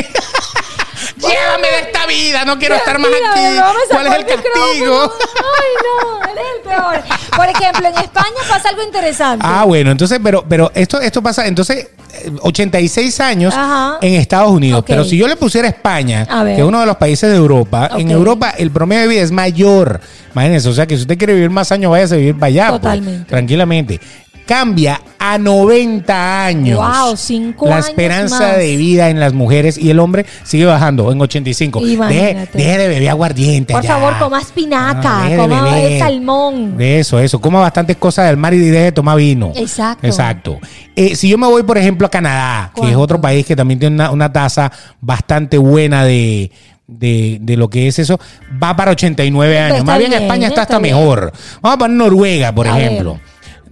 A: llévame de esta vida. No quiero estar más
B: Mira,
A: aquí.
B: me va a besar
A: ¿Cuál es
B: por
A: el
B: micrófono.
A: castigo?
B: Ay, no, eres el peor. Por ejemplo, en España pasa algo interesante.
A: Ah, bueno, entonces, pero, pero esto, esto pasa, entonces, eh, 86 años
B: Ajá.
A: en Estados Unidos.
B: Ok.
A: Pero si yo le pusiera España,
B: A ver.
A: que es uno de los países de Europa, en
B: Ok.
A: Europa el promedio de vida es mayor. Imagínense, o sea que si usted quiere vivir más años, váyase a vivir para allá. pues,
B: Totalmente.
A: tranquilamente. Cambia a 90 años.
B: Wow, cinco
A: La
B: años
A: esperanza
B: más.
A: de vida en las mujeres y el hombre sigue bajando en 85. Deje,
B: Imagínate.
A: deje de beber aguardiente.
B: Por
A: ya.
B: favor, coma espinaca,
A: Ah, deje de
B: coma
A: beber.
B: eh, salmón.
A: Eso, eso. Coma bastantes cosas del mar y deje de tomar vino.
B: Exacto.
A: Exacto. Eh, si yo me voy, por ejemplo, a Canadá, que es
B: ¿Cuánto?
A: otro país que también tiene una, una tasa bastante buena de, de, de lo que es eso, va para 89 años.
B: está
A: Más bien,
B: bien,
A: España está,
B: está
A: hasta
B: bien.
A: mejor. Vamos a poner Noruega, por
B: A ver.
A: ejemplo.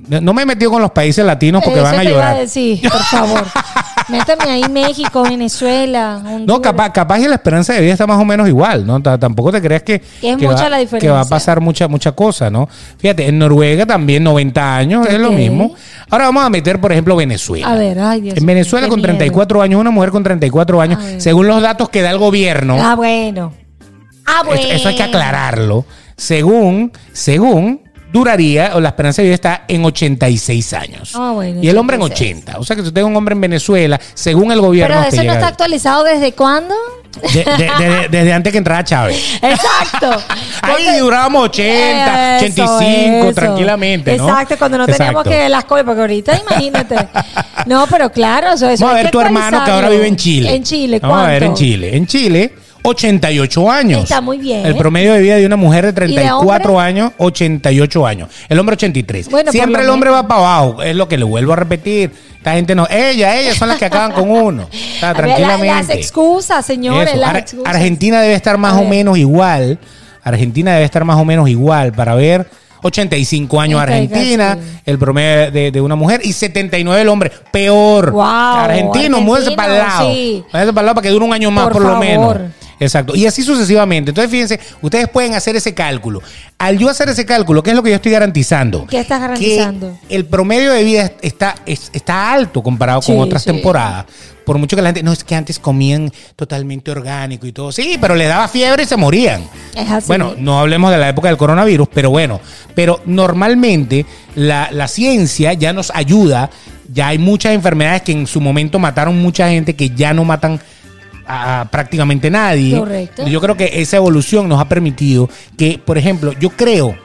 A: No- No me he metido con los países latinos porque
B: Eso
A: van a
B: te iba
A: llorar.
B: decir, por favor. Métame ahí México, Venezuela, Honduras.
A: No, capaz, capaz y la esperanza de vida está más o menos igual, ¿no? Ta- Tampoco te creas que,
B: es
A: que
B: mucha
A: va,
B: la diferencia.
A: que va a pasar mucha, mucha cosa, ¿no? Fíjate, en Noruega también 90 años, es lo
B: Ok.
A: mismo. Ahora vamos a meter, por ejemplo, Venezuela.
B: A ver, ay, Dios
A: En
B: mío,
A: Venezuela
B: qué
A: con
B: miedo.
A: 34 años, una mujer con 34 años,
B: Ay.
A: según los datos que da el gobierno,
B: Ah, bueno. Ah, bueno.
A: esto- eso hay que aclararlo, según, según duraría, o la esperanza de vida está en 86 años.
B: Ah, bueno,
A: y el hombre en
B: 86.
A: 80. O sea que si usted es un hombre en Venezuela, según el
B: Pero
A: gobierno... usted
B: eso no
A: llega
B: está
A: a-
B: actualizado desde cuándo?
A: De- de- de- de- desde antes que entrara Chávez.
B: Exacto.
A: Ahí
B: Porque-
A: durábamos 80,
B: Eso,
A: 85,
B: eso.
A: tranquilamente, ¿no?
B: Exacto, cuando no teníamos
A: Exacto.
B: que las cosas, porque ahorita imagínate. No, pero claro, eso es.
A: Vamos a ver tu hermano que ahora vive en Chile.
B: En Chile, ¿cuánto?
A: Vamos a ver en Chile. En Chile, 88 años.
B: Está muy bien.
A: El promedio de vida de una mujer de
B: de
A: 34 años, 88 años. El hombre 83.
B: Bueno, por
A: Siempre el
B: lo
A: hombre
B: menos.
A: va para abajo. Es lo que le vuelvo a repetir. Esta gente no. Ella, ellas son las que acaban con uno. O sea,
B: A ver, la-
A: tranquilamente.
B: las excusas, señores,
A: Eso.
B: las
A: Ar-
B: excusas.
A: Argentina debe estar más
B: A
A: o
B: ver.
A: menos igual. Argentina debe estar más o menos igual para ver. 85 años
B: Está igual,
A: Argentina,
B: sí.
A: el promedio de, de una mujer y 79 el hombre. Peor.
B: Wow,
A: argentino, muévese
B: argentino,
A: para el lado.
B: sí.
A: Muévese para el lado para que dure un año más, por,
B: Por
A: lo menos.
B: favor.
A: Exacto. Y así sucesivamente. Entonces, fíjense, ustedes pueden hacer ese cálculo. Al yo hacer ese cálculo, ¿qué es lo que yo estoy garantizando?
B: ¿Qué estás
A: Que
B: garantizando?
A: el promedio de vida está, es- está alto comparado con
B: Sí,
A: otras
B: sí.
A: temporadas. Por mucho que la gente, no es que antes comían totalmente orgánico y todo. Sí, pero le daba fiebre y se morían.
B: Es así.
A: Bueno, no hablemos de la época del coronavirus, pero bueno, pero normalmente la, la ciencia ya nos ayuda, ya hay muchas enfermedades que en su momento mataron mucha gente que ya no matan a, a prácticamente nadie.
B: Correcto.
A: Yo creo que esa evolución nos ha permitido que, por ejemplo, yo creo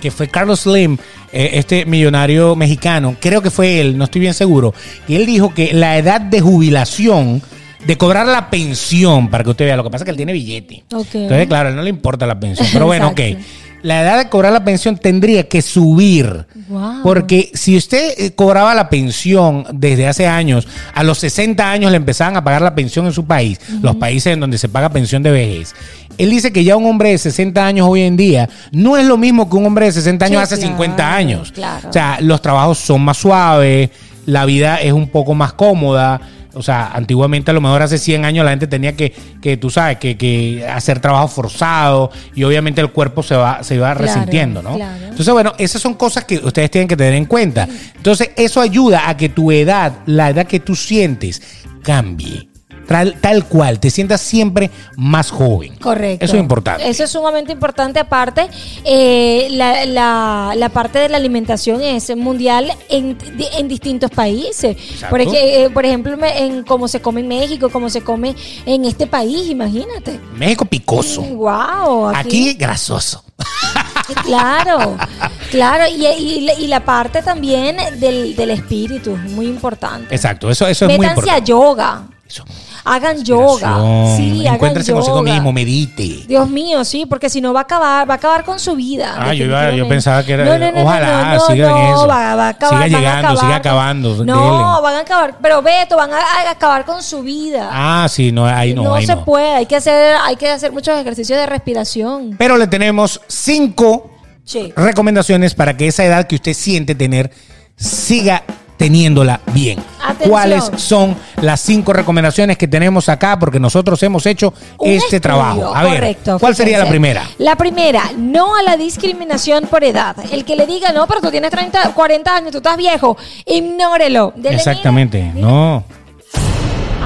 A: que fue Carlos Slim, eh, este millonario mexicano, creo que fue él, no estoy bien seguro, y él dijo que la edad de jubilación, de cobrar la pensión, para que usted vea, lo que pasa es que él tiene billete.
B: Ok.
A: Entonces, claro, a él no le importa la pensión, pero bueno, ok.
B: Exacto.
A: La edad de cobrar la pensión tendría que subir.
B: Wow.
A: Porque si usted eh, cobraba la pensión desde hace años, a los 60 años le empezaban a pagar la pensión en su país, los países en donde se paga pensión de vejez. Él dice que ya un hombre de 60 años hoy en día no es lo mismo que un hombre de 60 años
B: Sí,
A: hace
B: claro,
A: 50 años.
B: claro.
A: O sea, Ah, los trabajos son más suaves, la vida es un poco más cómoda. O sea, antiguamente a lo mejor hace 100 años la gente tenía que, que tú sabes, que, que hacer trabajo forzado y obviamente el cuerpo se va, se va
B: Claro,
A: resintiendo, ¿no?
B: claro.
A: Entonces, bueno, esas son cosas que ustedes tienen que tener en cuenta. Entonces, eso ayuda a que tu edad, la edad que tú sientes, cambie. tal, tal cual, te sientas siempre más joven.
B: Correcto.
A: Eso es importante.
B: Eso es sumamente importante. Aparte, eh, la, la- la parte de la alimentación es mundial en, di- en distintos países. Por, ej- eh, por ejemplo, me- en cómo se come en México, cómo se come en este país, imagínate.
A: México picoso.
B: Wow.
A: Aquí grasoso.
B: Claro, claro. Y, y la- y la parte también del, del espíritu, muy importante.
A: Exacto, eso, eso es muy
B: Métanse a
A: importante.
B: yoga.
A: Eso.
B: Hagan yoga.
A: Respiración,
B: Sí, hagan
A: Encuéntrese consigo
B: yoga.
A: mismo, medite.
B: Dios mío, sí, porque si no va a acabar, va a acabar con su vida.
A: Ah, yo, iba-
B: definitivamente.
A: yo pensaba que era.
B: No, no, no,
A: ojalá
B: no, no,
A: siga en
B: no,
A: eso.
B: va- va a acabar,
A: siga
B: van a
A: llegando,
B: acabar
A: siga
B: con-
A: acabando.
B: No,
A: dele.
B: van a acabar. Pero Beto, van a, a acabar con su vida.
A: Ah, sí, no, ahí no.
B: no
A: ahí
B: se
A: no.
B: puede. Hay que hacer, hay que hacer muchos ejercicios de respiración.
A: Pero le tenemos cinco
B: Sí.
A: recomendaciones para que esa edad que usted siente tener siga teniéndola bien.
B: Atención.
A: ¿Cuáles son las cinco recomendaciones que tenemos acá? Porque nosotros hemos hecho
B: Un
A: este
B: estudio,
A: trabajo. A ver,
B: correcto,
A: ¿cuál sería la
B: fíjense.
A: primera?
B: La primera, no a la discriminación por edad. El que le diga, no, pero tú tienes 30, 40 años, tú estás viejo, ignórelo. Dele,
A: Exactamente,
B: mira, mira,
A: no.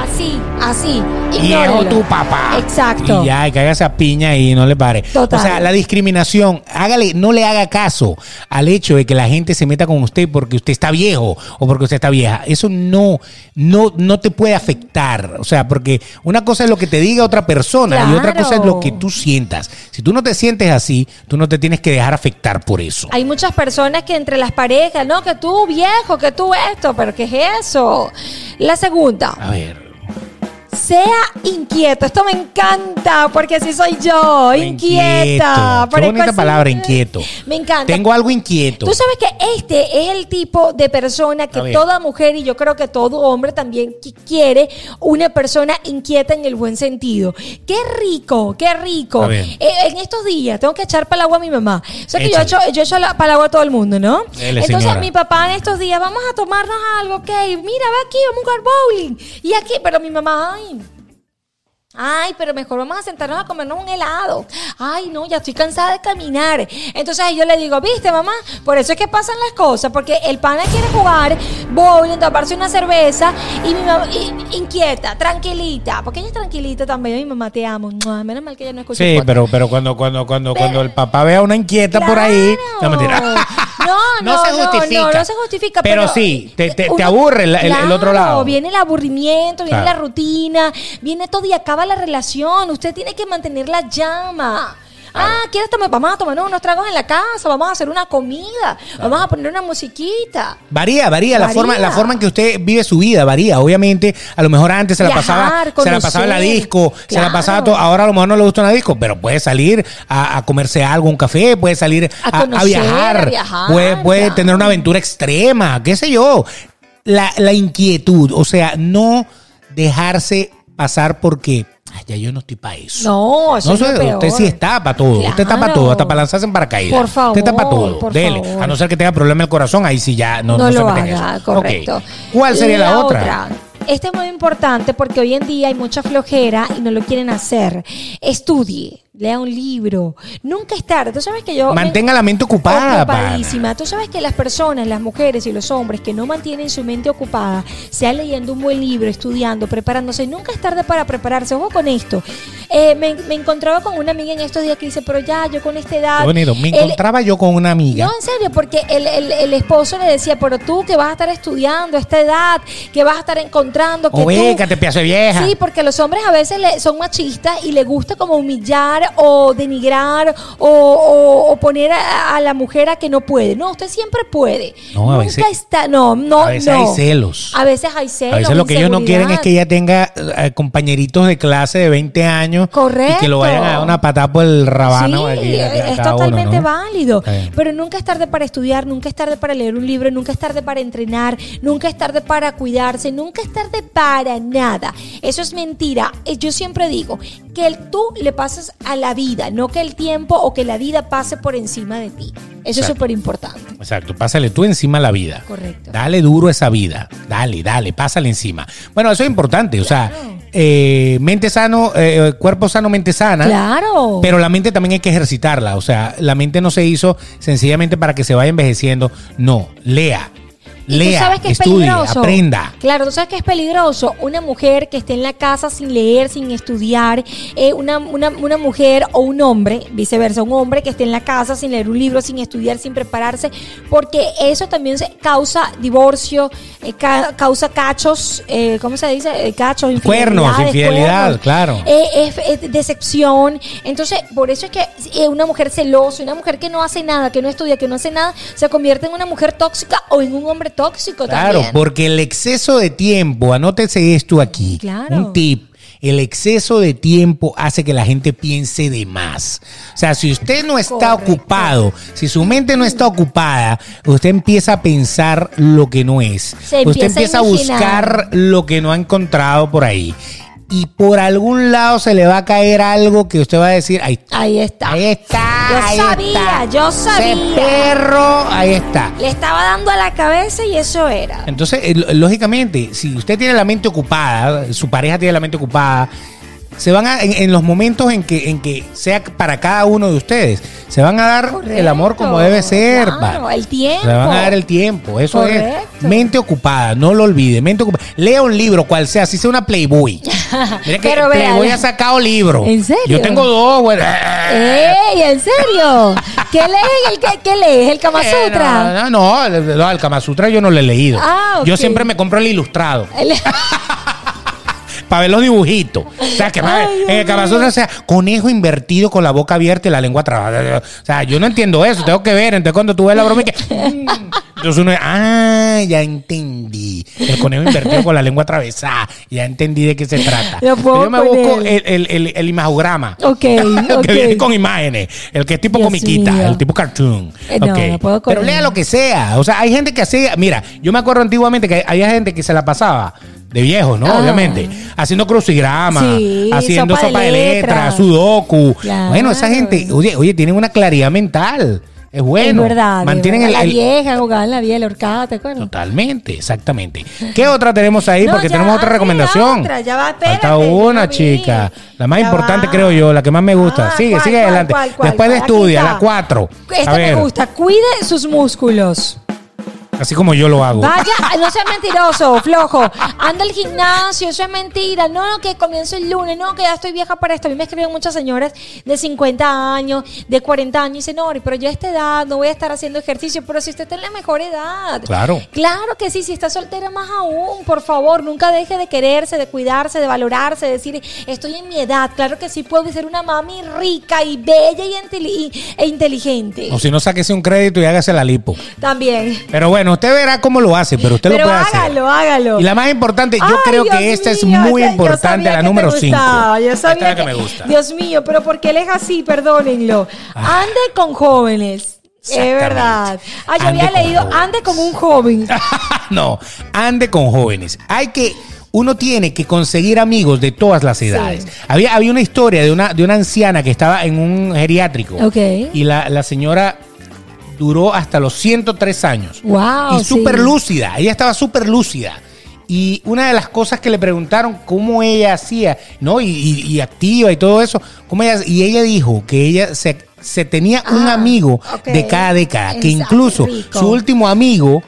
B: Así, así,
A: Viejo
B: ignórelo.
A: tu papá.
B: Exacto.
A: Y ya, y caiga esa piña y no le pare.
B: Total.
A: O sea, la discriminación, hágale, no le haga caso al hecho de que la gente se meta con usted porque usted está viejo o porque usted está vieja. Eso no, no, no te puede afectar. O sea, porque una cosa es lo que te diga otra persona y otra
B: Claro.
A: cosa es lo que tú sientas. Si tú no te sientes así, tú no te tienes que dejar afectar por eso.
B: Hay muchas personas que entre las parejas, no, que tú viejo, que tú esto, pero ¿qué es eso? La segunda,
A: A ver.
B: sea inquieto. Esto me encanta porque así soy yo, inquieta.
A: Qué
B: Parezco
A: bonita
B: así.
A: palabra, inquieto.
B: Me encanta.
A: Tengo algo inquieto.
B: Tú sabes que este es el tipo de persona
A: A
B: que
A: ver.
B: toda mujer y yo creo que todo hombre también qui- quiere una persona inquieta en el buen sentido. Qué rico, qué rico.
A: A ver.
B: Eh, en estos días tengo que echar para el agua a mi mamá. O sea que yo
A: Échale.
B: echo, yo echo la- para el agua a todo el mundo, ¿no?
A: Dele,
B: Entonces
A: señora.
B: mi papá en estos días, vamos a tomarnos algo, ok. Mira, va aquí, vamos a jugar bowling. Y aquí, pero mi mamá, ay. Ay, pero mejor vamos a sentarnos a comernos un helado. Ay, no, ya estoy cansada de caminar. Entonces ahí yo le digo, viste, mamá, por eso es que pasan las cosas, porque el pana quiere jugar bowling, tomarse una cerveza y mi mamá y- inquieta, tranquilita, porque ella es tranquilita también. Mi mamá te amo. Mua, Menos mal que ella no escucha. el
A: Sí,
B: podcast.
A: pero, pero cuando, cuando, cuando, cuando el papá vea una inquieta por ahí, no
B: Claro.
A: mentira.
B: No, no, no, no, no se justifica,
A: Pero,
B: pero-
A: sí, te, te- te
B: uno-
A: aburre el, el- el otro
B: Claro,
A: lado.
B: Viene el aburrimiento, viene
A: Claro.
B: la rutina, viene todo y acaba la relación. Usted tiene que mantener la llama. Ah, ¿quieres tomar? Vamos a tomar unos tragos en la casa, vamos a hacer una comida, vamos a poner una musiquita.
A: Varía, varía, la
B: Varía.
A: forma, la forma en que usted vive su vida varía, obviamente, a lo mejor antes se la
B: Viajar,
A: pasaba, se la pasaba en la
B: conocer.
A: disco, se la
B: Claro.
A: pasaba todo, ahora a lo mejor no le gusta una disco, pero puede salir a, a comerse algo, un café, puede salir
B: A
A: a, a
B: conocer,
A: viajar,
B: a viajar,
A: puede, puede
B: claro.
A: tener una aventura extrema, qué sé yo. La, la inquietud, o sea, no dejarse pasar porque "Ay, ya yo no estoy para eso.
B: No, eso
A: No
B: es lo
A: sé, usted
B: peor.
A: sí está para todo. Usted está para
B: Claro.
A: todo, hasta para lanzarse en paracaídas.
B: Por favor,
A: Usted está para todo.
B: por
A: Dele.
B: favor.
A: A no ser que tenga problema el corazón, ahí sí ya no,
B: no,
A: no se
B: lo
A: meta en
B: haga,
A: eso.
B: correcto.
A: Ok. ¿Cuál sería la, otra?
B: Este es muy importante porque hoy en día hay mucha flojera y no lo quieren hacer. Estudie, lea un libro. Nunca es tarde. Tú sabes que yo...
A: Mantenga la mente ocupada,
B: Ocupadísima. Tú sabes que las personas, las mujeres y los hombres que no mantienen su mente ocupada, sea leyendo un buen libro, estudiando, preparándose, nunca es tarde para prepararse. Ojo con esto. Eh, me, me encontraba con una amiga en estos días que dice, pero ya, yo con esta edad...
A: Qué bonito. Me
B: el-
A: encontraba yo con una amiga.
B: no, en serio, porque el, el- el esposo le decía, pero tú que vas a estar estudiando a esta edad, que vas a estar encontrando, que
A: o
B: tú...
A: Oh, te piazo de vieja.
B: Sí, porque los hombres a veces le- son machistas y le gusta como humillar o denigrar o, o- o poner a, a la mujer a que no puede. No, usted siempre puede.
A: No, a
B: Nunca
A: veces-
B: está, no, no,
A: a veces
B: no.
A: hay celos.
B: A veces hay celos.
A: a veces lo que ellos no quieren es que ella tenga eh, compañeritos de clase de 20 años y que
B: Correcto.
A: lo vayan a dar una patada por el rabano.
B: Sí,
A: aquí, a- a
B: es
A: cada uno,
B: totalmente
A: ¿no?
B: válido.
A: Está bien.
B: Pero nunca es tarde para estudiar, nunca es tarde para leer un libro, nunca es tarde para entrenar, nunca es tarde para cuidarse, nunca es tarde para nada. Eso es mentira. Eh, Yo siempre digo que el tú le pases a la vida, no que el tiempo o que la vida pase por encima de ti. Eso es
A: Exacto.
B: súper importante.
A: Exacto, pásale tú encima la vida.
B: Correcto.
A: Dale duro a esa vida. Dale, dale, pásale encima. Bueno, eso es importante. O sea, eh, mente sano, eh, cuerpo sano, mente sana.
B: Claro.
A: Pero la mente también hay que ejercitarla. O sea, la mente no se hizo sencillamente para que se vaya envejeciendo. No, lea.
B: Y
A: Lea,
B: tú sabes que es
A: estudie,
B: peligroso.
A: aprenda.
B: Claro, tú sabes que es peligroso. Una mujer que esté en la casa sin leer, sin estudiar, eh, una, una- una mujer o un hombre, viceversa, un hombre que esté en la casa sin leer un libro, sin estudiar, sin prepararse, porque eso también se causa divorcio, eh, ca- causa cachos, eh, ¿cómo se dice? Eh, Cachos,
A: Cuernos,
B: infidelidades,
A: infidelidad, claro.
B: eh, es, es decepción. Entonces, por eso es que eh, una mujer celosa, una mujer que no hace nada, que no estudia, que no hace nada, se convierte en una mujer tóxica o en un hombre tóxico
A: Claro,
B: también.
A: porque el exceso de tiempo, anótese esto aquí,
B: Claro.
A: un tip. El exceso de tiempo hace que la gente piense de más. O sea, si usted no está
B: Correcto.
A: ocupado, si su mente no está ocupada, usted empieza a pensar lo que no es.
B: Se
A: usted
B: empieza
A: empieza
B: a
A: a
B: imaginar.
A: buscar lo que no ha encontrado por ahí. Y por algún lado se le va a caer algo que usted va a decir, ahí está.
B: Ahí está.
A: Ahí está.
B: Yo
A: ahí
B: sabía,
A: está.
B: yo
A: Ese
B: sabía.
A: perro, ahí está.
B: Le estaba dando a la cabeza y eso era.
A: Entonces, eh, lo- lógicamente, si usted tiene la mente ocupada, su pareja tiene la mente ocupada, se van a, en, en los momentos en que, en que sea para cada uno de ustedes, se van a dar el amor como debe ser.
B: Claro,
A: pa.
B: el tiempo.
A: Se van a dar el tiempo, eso es.
B: Correcto.
A: Mente ocupada, no lo olvide. Mente ocupada. Lea un libro, cual sea, si sea una Playboy. Mira que
B: Pero vea,
A: Playboy
B: la-
A: ha sacado libro.
B: ¿En serio? ¿Eh?
A: Yo tengo dos, güey. Eh.
B: ¡Ey! ¿En serio? ¿Qué lees? ¿El, qué, qué lees? ¿El Kama
A: Eh,
B: Sutra?
A: no, no, no, no, el Kama Sutra yo no lo he leído.
B: Ah,
A: Yo
B: ok.
A: siempre me compro el ilustrado.
B: El-
A: para ver los dibujitos. O sea, que para-
B: Ay, Dios
A: en el Kama
B: mío.
A: Sutra, o sea conejo invertido con la boca abierta y la lengua trabada. O sea, yo no entiendo eso, tengo que ver. Entonces, cuando tú ves la broma, y que, mm, entonces uno, ah, ya entendí. El conejo invertido con la lengua atravesada. Ya entendí de qué se trata.
B: Lo puedo
A: yo me busco el,
B: poner.
A: el, el- el imagograma.
B: Ok,
A: el
B: ok.
A: que viene con imágenes. El que es tipo
B: Dios
A: comiquita,
B: mío.
A: el tipo cartoon.
B: Eh, no,
A: Ok.
B: no puedo con
A: Pero lea
B: él.
A: lo que sea. O sea, hay gente que hacía. Mira, yo me acuerdo antiguamente que había gente que se la pasaba de viejo, ¿no?
B: Ah.
A: Obviamente. Haciendo crucigrama,
B: Sí,
A: haciendo sopa, de, letras,
B: letras.
A: sudoku.
B: Claro.
A: Bueno, esa gente, oye, oye, tienen una claridad mental. Es bueno.
B: es verdad.
A: Mantienen
B: es verdad.
A: el- el.
B: La vieja, jugaba en la vieja, la horcada, ¿te acuerdas?
A: Totalmente, exactamente. ¿Qué otra tenemos ahí?
B: No,
A: Porque
B: ya,
A: tenemos otra
B: ah, sí,
A: recomendación.
B: la otra, ya va, espérate,
A: Falta
B: yo
A: una,
B: vi.
A: chica. La más
B: Ya
A: importante,
B: va.
A: creo yo, la que más me gusta.
B: Ah,
A: sigue,
B: ¿cuál,
A: sigue
B: cuál,
A: adelante.
B: cuál, cuál,
A: Después de
B: cuál? Aquí
A: estudia,
B: está.
A: la cuatro.
B: Esta
A: A
B: me
A: ver,
B: gusta. Cuide sus músculos.
A: así como yo lo hago.
B: Vaya, no seas mentiroso, flojo. Anda al gimnasio, eso es mentira. No, no, que comienzo el lunes, no, que ya estoy vieja para esto. A mí me escriben muchas señoras de 50 años, de 40 años, y dicen, no, Ori, pero yo a esta edad no voy a estar haciendo ejercicio. Pero si usted está en la mejor edad.
A: Claro.
B: Claro que sí, si está soltera más aún, por favor, nunca deje de quererse, de cuidarse, de valorarse, de decir, estoy en mi edad. Claro que sí puedo ser una mami rica y bella y inteli- y- e inteligente.
A: O si no, sáquese un crédito y hágase la lipo.
B: También.
A: Pero bueno, usted verá cómo lo hace, pero usted
B: Pero
A: lo puede hacer.
B: hágalo, hágalo.
A: Y la más importante, yo
B: Ay,
A: creo
B: Dios
A: que esta es
B: mío,
A: muy
B: esa- yo
A: importante, la
B: sabía que te
A: número 5.
B: gustaba, Yo
A: Esta es
B: sabía
A: la que, me gusta.
B: Dios mío, pero porque él es así, perdónenlo. Ande con jóvenes. Es
A: Ah. Exactamente.
B: verdad. Ah, yo
A: Ande
B: había
A: con
B: leído,
A: jóvenes.
B: ande con un joven.
A: no, ande con jóvenes. Hay que, uno tiene que conseguir amigos de todas las edades. Había, había una historia de una, de una anciana que estaba en un geriátrico.
B: Ok.
A: Y la, la señora duró hasta los 103 años.
B: Wow,
A: Y
B: sí.
A: súper lúcida. Ella estaba súper lúcida. Y una de las cosas que le preguntaron cómo ella hacía, ¿no? Y, y- y activa y todo eso. ¿cómo ella, y ella dijo que ella se, se tenía un
B: Ah,
A: amigo
B: ok.
A: de cada década. Que
B: Exacto,
A: incluso
B: rico.
A: su último amigo,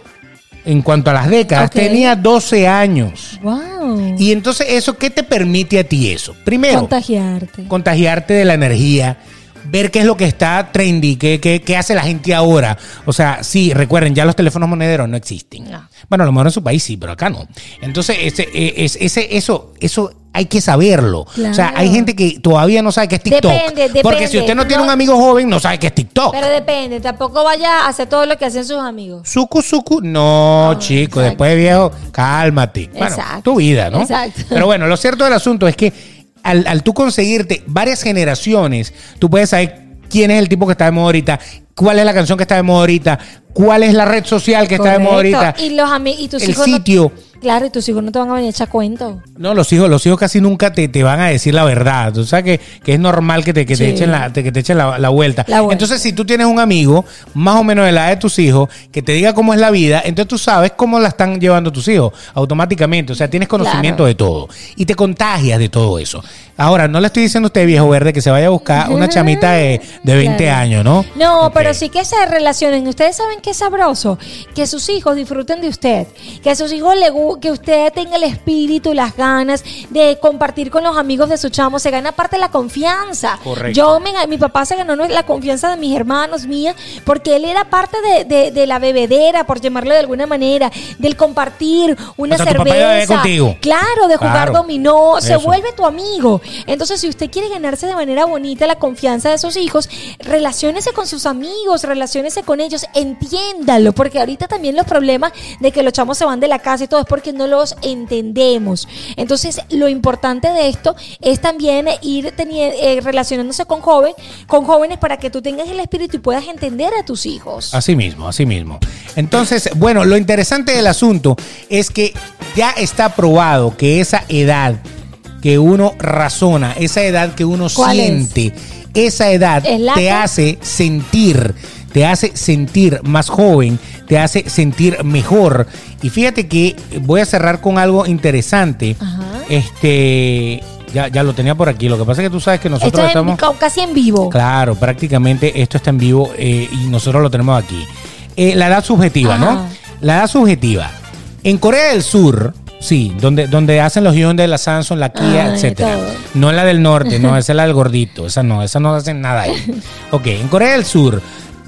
A: en cuanto a las décadas,
B: Ok.
A: tenía 12 años.
B: Wow.
A: Y entonces, ¿eso qué te permite a ti eso? Primero,
B: Contagiarte.
A: contagiarte de la energía, ver qué es lo que está trendy, qué, qué, qué hace la gente ahora. O sea, sí, recuerden, ya los teléfonos monederos no existen.
B: No.
A: Bueno, a lo mejor en su país sí, pero acá no. Entonces, ese, eh, es- ese, eso, eso hay que saberlo. O sea,
B: Claro.
A: hay gente que todavía no sabe qué es TikTok.
B: Depende,
A: Porque
B: depende.
A: si usted no tiene
B: No.
A: un amigo joven, no sabe qué es TikTok.
B: Pero depende, tampoco vaya a hacer todo lo que hacen sus amigos.
A: Suku, suku. No, chico,
B: Ah, exacto.
A: después de viejo, cálmate. Bueno,
B: Exacto.
A: tu vida, ¿no?
B: Exacto.
A: Pero bueno, lo cierto del asunto es que al, al tú conseguirte varias generaciones, tú puedes saber quién es el tipo que está de moda ahorita, cuál es la canción que está de moda ahorita, cuál es la red social que está de moda
B: Correcto.
A: ahorita.
B: Y los ami- y tus
A: el
B: hijos no-
A: sitio.
B: claro, y tus hijos no te van a venir a echar cuento.
A: No, los hijos, los hijos casi nunca te, te van a decir la verdad. O sea que, que es normal que te, que te
B: Sí.
A: echen, la, te- que te echen la, la vuelta.
B: La vuelta.
A: Entonces, si tú tienes un amigo, más o menos de la edad de tus hijos, que te diga cómo es la vida, entonces tú sabes cómo la están llevando tus hijos automáticamente. O sea, tienes conocimiento
B: Claro.
A: de todo. Y te contagias de todo eso. Ahora, no le estoy diciendo a usted, viejo verde, que se vaya a buscar una chamita de, de 20
B: Claro.
A: años, ¿no?
B: No,
A: Ok.
B: pero sí que se relacionen. Ustedes saben que es sabroso que sus hijos disfruten de usted, que a sus hijos le gu- que usted tenga el espíritu, las ganas de compartir con los amigos de su chamo. Se gana parte de la confianza.
A: Correcto.
B: Yo me ga- mi papá se ganó la confianza de mis hermanos, mía, porque él era parte de, de- de la bebedera, por llamarlo de alguna manera, del compartir una
A: O sea, tu
B: cerveza.
A: papá iba a beber contigo.
B: Claro, de jugar
A: Claro.
B: dominó, se
A: Eso.
B: vuelve tu amigo. Entonces, si usted quiere ganarse de manera bonita la confianza de sus hijos, relaciónese con sus amigos, relaciónese con ellos, entiéndalo, porque ahorita también los problemas de que los chamos se van de la casa y todo es porque no los entendemos. Entonces, lo importante de esto es también ir teni- eh, relacionándose con joven, con jóvenes para que tú tengas el espíritu y puedas entender a tus hijos.
A: Así mismo, así mismo. Entonces, bueno, lo interesante del asunto es que ya está probado que esa edad que uno razona, esa edad que uno
B: ¿Cuál es?
A: siente, esa edad
B: ¿Es la
A: te
B: que?
A: hace sentir, te hace sentir más joven, te hace sentir mejor. Y fíjate que voy a cerrar con algo interesante.
B: Ajá.
A: Este, ya, ya lo tenía por aquí. Lo que pasa es que tú sabes que nosotros
B: Esto es en-
A: estamos...
B: ca- casi en vivo.
A: Claro, prácticamente esto está en vivo eh, y nosotros lo tenemos aquí. Eh, la edad subjetiva,
B: Ajá.
A: ¿no? La edad subjetiva. En Corea del Sur, sí, donde, donde hacen los Hyundai, la Samsung, la Kia,
B: Ay,
A: etcétera.
B: todo.
A: No la del norte, no, esa es la del gordito, esa no, esa no hacen nada ahí. Ok, en Corea del Sur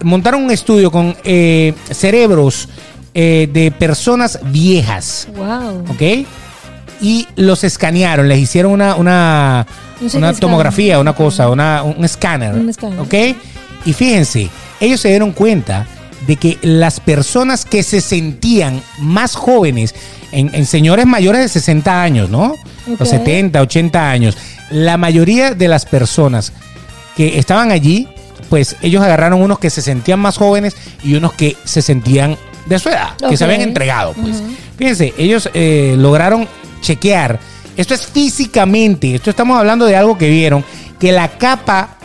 A: montaron un estudio con eh, cerebros eh, de personas viejas.
B: Wow.
A: ¿ok? Y los escanearon, les hicieron una, una,
B: Un CT
A: una
B: scan.
A: tomografía, una cosa, una, un escáner,
B: Un escáner.
A: ¿ok? Y fíjense, ellos se dieron cuenta de que las personas que se sentían más jóvenes, en, en señores mayores de 60 años, ¿no?
B: Ok.
A: Los 70, 80 años, la mayoría de las personas que estaban allí, pues ellos agarraron unos que se sentían más jóvenes y unos que se sentían de su edad, que se
B: Ok.
A: habían entregado, pues.
B: Ujú.
A: Fíjense, ellos eh, lograron chequear. Esto es físicamente, esto estamos hablando de algo que vieron, que la capa,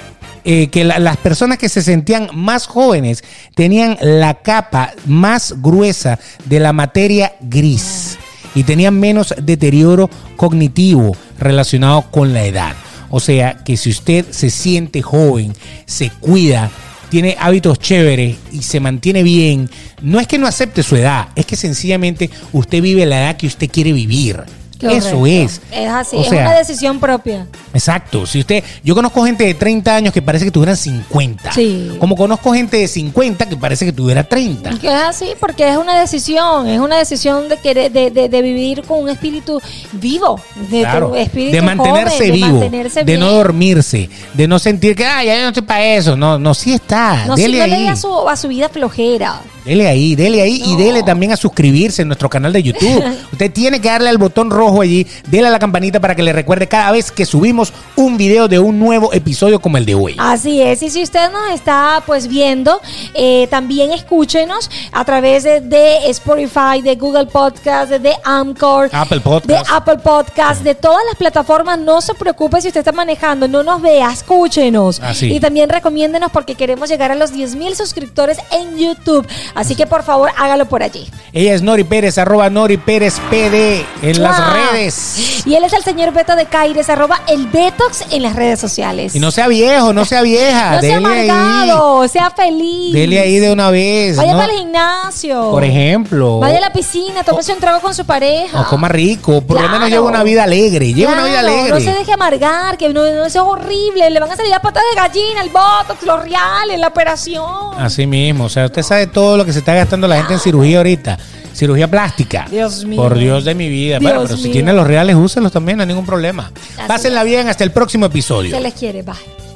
A: eh, que la- las personas que se sentían más jóvenes tenían la capa más gruesa de la materia gris y tenían menos deterioro cognitivo relacionado con la edad. O sea, que si usted se siente joven, se cuida, tiene hábitos chéveres y se mantiene bien, no es que no acepte su edad, es que sencillamente usted vive la edad que usted quiere vivir. Eso
B: Correcto.
A: es.
B: Es así,
A: O
B: es
A: sea,
B: una decisión propia.
A: Exacto. Si usted, yo conozco gente de 30 años que parece que tuvieran 50.
B: Sí.
A: Como conozco gente de 50 que parece que tuviera 30.
B: Que es así, porque es una decisión, es una decisión de querer, de, de- de vivir con un espíritu vivo, de
A: Claro,
B: tu espíritu
A: de mantenerse
B: joven,
A: vivo,
B: de,
A: de,
B: mantenerse bien.
A: no dormirse, de no sentir que, ah, ya yo no estoy para eso. No, no, sí está.
B: No, si
A: dele
B: no le
A: ahí.
B: dé a su, a su vida flojera.
A: Dele ahí, dele ahí y
B: No.
A: dele también a suscribirse en nuestro canal de YouTube. Usted tiene que darle al botón rojo allí, dele a la campanita para que le recuerde cada vez que subimos un video de un nuevo episodio como el de hoy.
B: Así es, y si usted nos está pues viendo, eh, también escúchenos a través de, de Spotify, de Google Podcast, de Amcor,
A: Apple Podcast.
B: de ah. Apple Podcast, de todas las plataformas. No se preocupe si usted está manejando, no nos vea, escúchenos.
A: Así.
B: Y también recomiéndenos porque queremos llegar a los 10 mil suscriptores en YouTube. Así que por favor, hágalo por allí.
A: Ella es Nori Pérez, arroba Nori Pérez PD en las
B: ¡Chua!
A: redes.
B: Y él es el señor Beto de Caires, arroba el Betox en las redes sociales.
A: Y no sea viejo, no sea vieja.
B: No sea
A: dele ahí.
B: amargado, sea feliz.
A: Dele ahí de una vez.
B: Vaya
A: ¿no?
B: para el gimnasio.
A: Por ejemplo.
B: Vaya a la piscina, tómese un trago con su pareja.
A: O coma rico. Por lo menos
B: Claro.
A: lleva una vida alegre. Lleva una vida
B: Claro,
A: alegre.
B: No se deje amargar, que no, no eso es horrible. Le van a salir las patas de gallina, el botox, los reales, la operación.
A: Así mismo, o sea, usted sabe todo lo que se está gastando la gente en cirugía ahorita. Cirugía plástica.
B: Dios mío.
A: Por Dios de mi vida. bueno,
B: Dios
A: pero si
B: mío.
A: tiene los reales, úsenlos también, no hay ningún problema.
B: Así
A: Pásenla bien hasta el próximo episodio.
B: Se les quiere, bye.